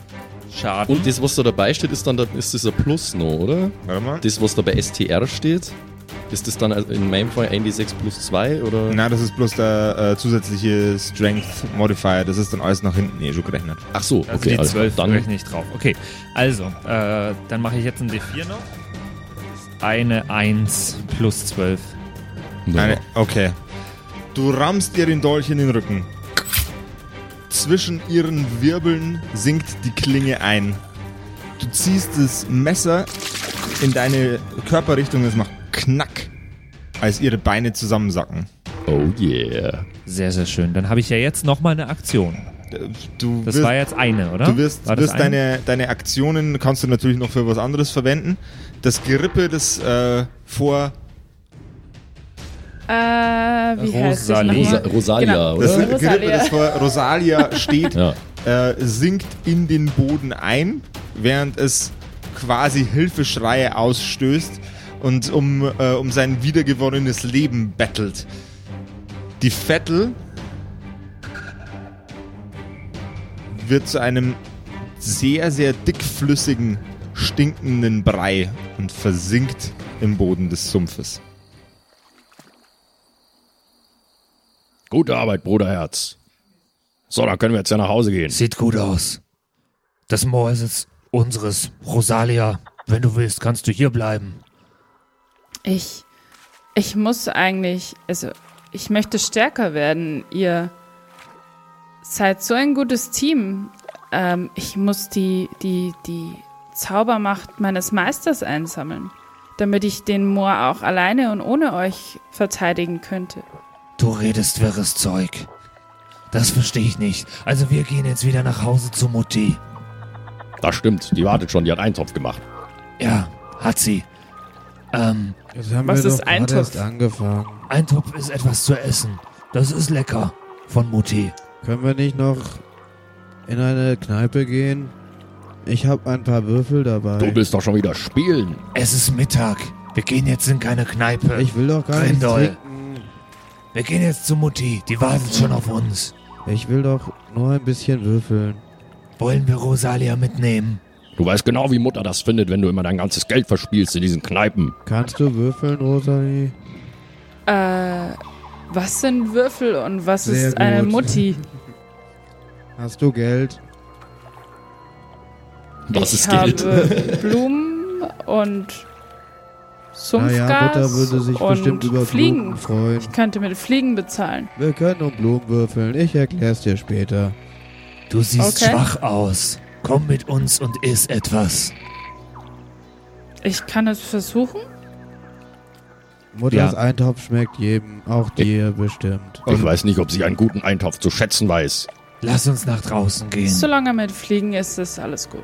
Speaker 12: Schaden.
Speaker 11: Und das, was da dabei steht, ist dann da, ist das ein Plus noch, oder?
Speaker 1: Warte mal.
Speaker 11: Das, was da bei STR steht, ist das dann in meinem Fall 1d6 plus 2 oder?
Speaker 1: Na, das ist bloß der äh, zusätzliche Strength Modifier. Das ist dann alles nach hinten eh schon gerechnet.
Speaker 11: Ach so,
Speaker 12: also
Speaker 11: okay,
Speaker 12: die
Speaker 11: also
Speaker 12: 12
Speaker 11: dann
Speaker 12: rechne ich drauf. Okay, also, äh, dann mache ich jetzt einen D4 noch. Eine 1 plus 12.
Speaker 11: Ja.
Speaker 1: Nein, okay. Du rammst ihr den Dolch in den Rücken. Zwischen ihren Wirbeln sinkt die Klinge ein. Du ziehst das Messer in deine Körperrichtung, es macht Knack, als ihre Beine zusammensacken.
Speaker 11: Oh yeah.
Speaker 12: Sehr, sehr schön. Dann habe ich ja jetzt nochmal eine Aktion.
Speaker 1: Du
Speaker 12: Das
Speaker 1: wirst,
Speaker 12: war jetzt eine, oder?
Speaker 1: du wirst,
Speaker 12: war das
Speaker 1: wirst
Speaker 12: eine?
Speaker 1: deine, deine Aktionen, kannst du natürlich noch für was anderes verwenden. Das Gerippe, das äh, vor
Speaker 7: Äh, wie heißt das
Speaker 12: Rosalie.
Speaker 11: Rosa
Speaker 7: nochmal?
Speaker 11: Rosalia,
Speaker 7: Genau.
Speaker 1: Das
Speaker 11: oder?
Speaker 7: Rosalia.
Speaker 1: Gerippe, das vor Rosalia steht,
Speaker 11: Ja.
Speaker 1: äh, sinkt in den Boden ein, während es quasi Hilfeschreie ausstößt und um, äh, um sein wiedergewonnenes Leben bettelt. Die Vettel wird zu einem sehr, sehr dickflüssigen, stinkenden Brei und versinkt im Boden des Sumpfes.
Speaker 3: Gute Arbeit, Bruderherz. So, dann können wir jetzt ja nach Hause gehen.
Speaker 6: Sieht gut aus. Das Moor ist jetzt unseres. Rosalia, wenn du willst, kannst du hier bleiben.
Speaker 7: Ich, ich muss eigentlich, also ich möchte stärker werden. Ihr seid so ein gutes Team. Ähm, ich muss die, die, die Zaubermacht meines Meisters einsammeln, damit ich den Moor auch alleine und ohne euch verteidigen könnte.
Speaker 6: Du redest wirres Zeug. Das verstehe ich nicht. Also wir gehen jetzt wieder nach Hause zu Mutti.
Speaker 3: Das stimmt, die wartet schon, die hat Eintopf gemacht.
Speaker 6: Ja, hat sie. Ähm,
Speaker 4: Jetzt Also haben
Speaker 7: Was
Speaker 4: wir
Speaker 7: ist
Speaker 4: doch
Speaker 7: ein
Speaker 4: gerade erst
Speaker 7: Topf?
Speaker 4: angefangen.
Speaker 6: ein Topf ist etwas zu essen. Das ist lecker. Von Mutti.
Speaker 4: Können wir nicht noch in eine Kneipe gehen? Ich habe ein paar Würfel dabei.
Speaker 3: Du willst doch schon wieder spielen.
Speaker 6: Es ist Mittag. Wir gehen jetzt in keine Kneipe.
Speaker 4: ich will doch gar nicht
Speaker 6: Grindel.
Speaker 4: trinken.
Speaker 6: wir gehen jetzt zu Mutti. Die wartet schon auf uns.
Speaker 4: Ich will doch nur ein bisschen würfeln.
Speaker 6: Wollen wir Rosalia mitnehmen?
Speaker 3: Du weißt genau, wie Mutter das findet, wenn du immer dein ganzes Geld verspielst in diesen Kneipen.
Speaker 4: Kannst du würfeln, Rosalie?
Speaker 7: Äh, was sind Würfel und was
Speaker 4: Sehr
Speaker 7: ist eine
Speaker 4: gut.
Speaker 11: [laughs]
Speaker 7: Mutti?
Speaker 4: Hast du Geld?
Speaker 11: Was
Speaker 7: ich
Speaker 11: ist
Speaker 7: habe
Speaker 11: Geld?
Speaker 7: Blumen und Sumpfgas
Speaker 4: naja, Mutter würde sich bestimmt über
Speaker 7: und Fliegen.
Speaker 4: Blumen freuen.
Speaker 7: Ich könnte mit Fliegen bezahlen.
Speaker 4: Wir können um Blumen würfeln. Ich erklär's dir später.
Speaker 6: Du siehst
Speaker 7: Okay.
Speaker 6: schwach aus. Komm mit uns und iss etwas.
Speaker 7: Ich kann es versuchen.
Speaker 4: Mutters Eintopf schmeckt jedem, auch dir bestimmt.
Speaker 3: Ich weiß nicht, ob sie einen guten Eintopf zu schätzen weiß.
Speaker 6: Lass uns nach draußen gehen.
Speaker 7: Solange er mit Fliegen ist, ist alles gut.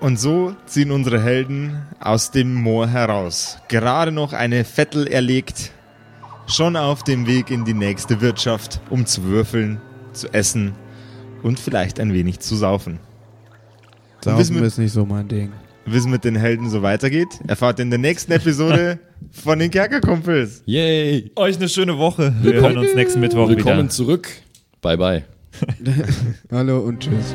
Speaker 1: Und so ziehen unsere Helden aus dem Moor heraus. Gerade noch eine Vettel erlegt, schon auf dem Weg in die nächste Wirtschaft, um zu würfeln, zu essen und vielleicht ein wenig zu saufen.
Speaker 4: Saufen
Speaker 1: mit-
Speaker 4: ist nicht so mein Ding.
Speaker 1: Wie es mit den Helden so weitergeht, erfahrt ihr in der nächsten Episode von den Kerkerkumpels.
Speaker 11: Yay!
Speaker 12: Euch eine schöne Woche. Wir hören uns nächsten Mittwoch
Speaker 11: Willkommen
Speaker 12: wieder.
Speaker 11: zurück. Bye bye.
Speaker 4: Hallo und tschüss.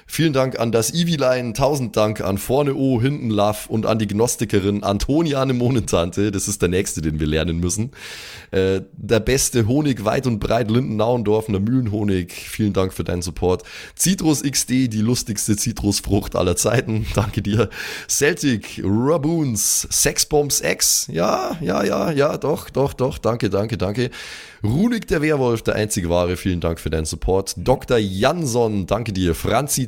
Speaker 11: Vielen Dank an das Eevee-Line, tausend Dank an Vorne O, Hinten Love und an die Gnostikerin Antoniane Monentante, das ist der nächste, den wir lernen müssen. Äh, der beste Honig weit und breit, Linden-Nauendorfener Mühlenhonig, vielen Dank für deinen Support. Citrus XD, die lustigste Zitrusfrucht aller Zeiten, [laughs] danke dir. Celtic, Raboons, Sexbombs X, ja, ja, ja, ja, doch, doch, doch, danke, danke, danke. Runik der Werwolf, der einzige Wahre, vielen Dank für deinen Support. Dr. Jansson, danke dir. Franzi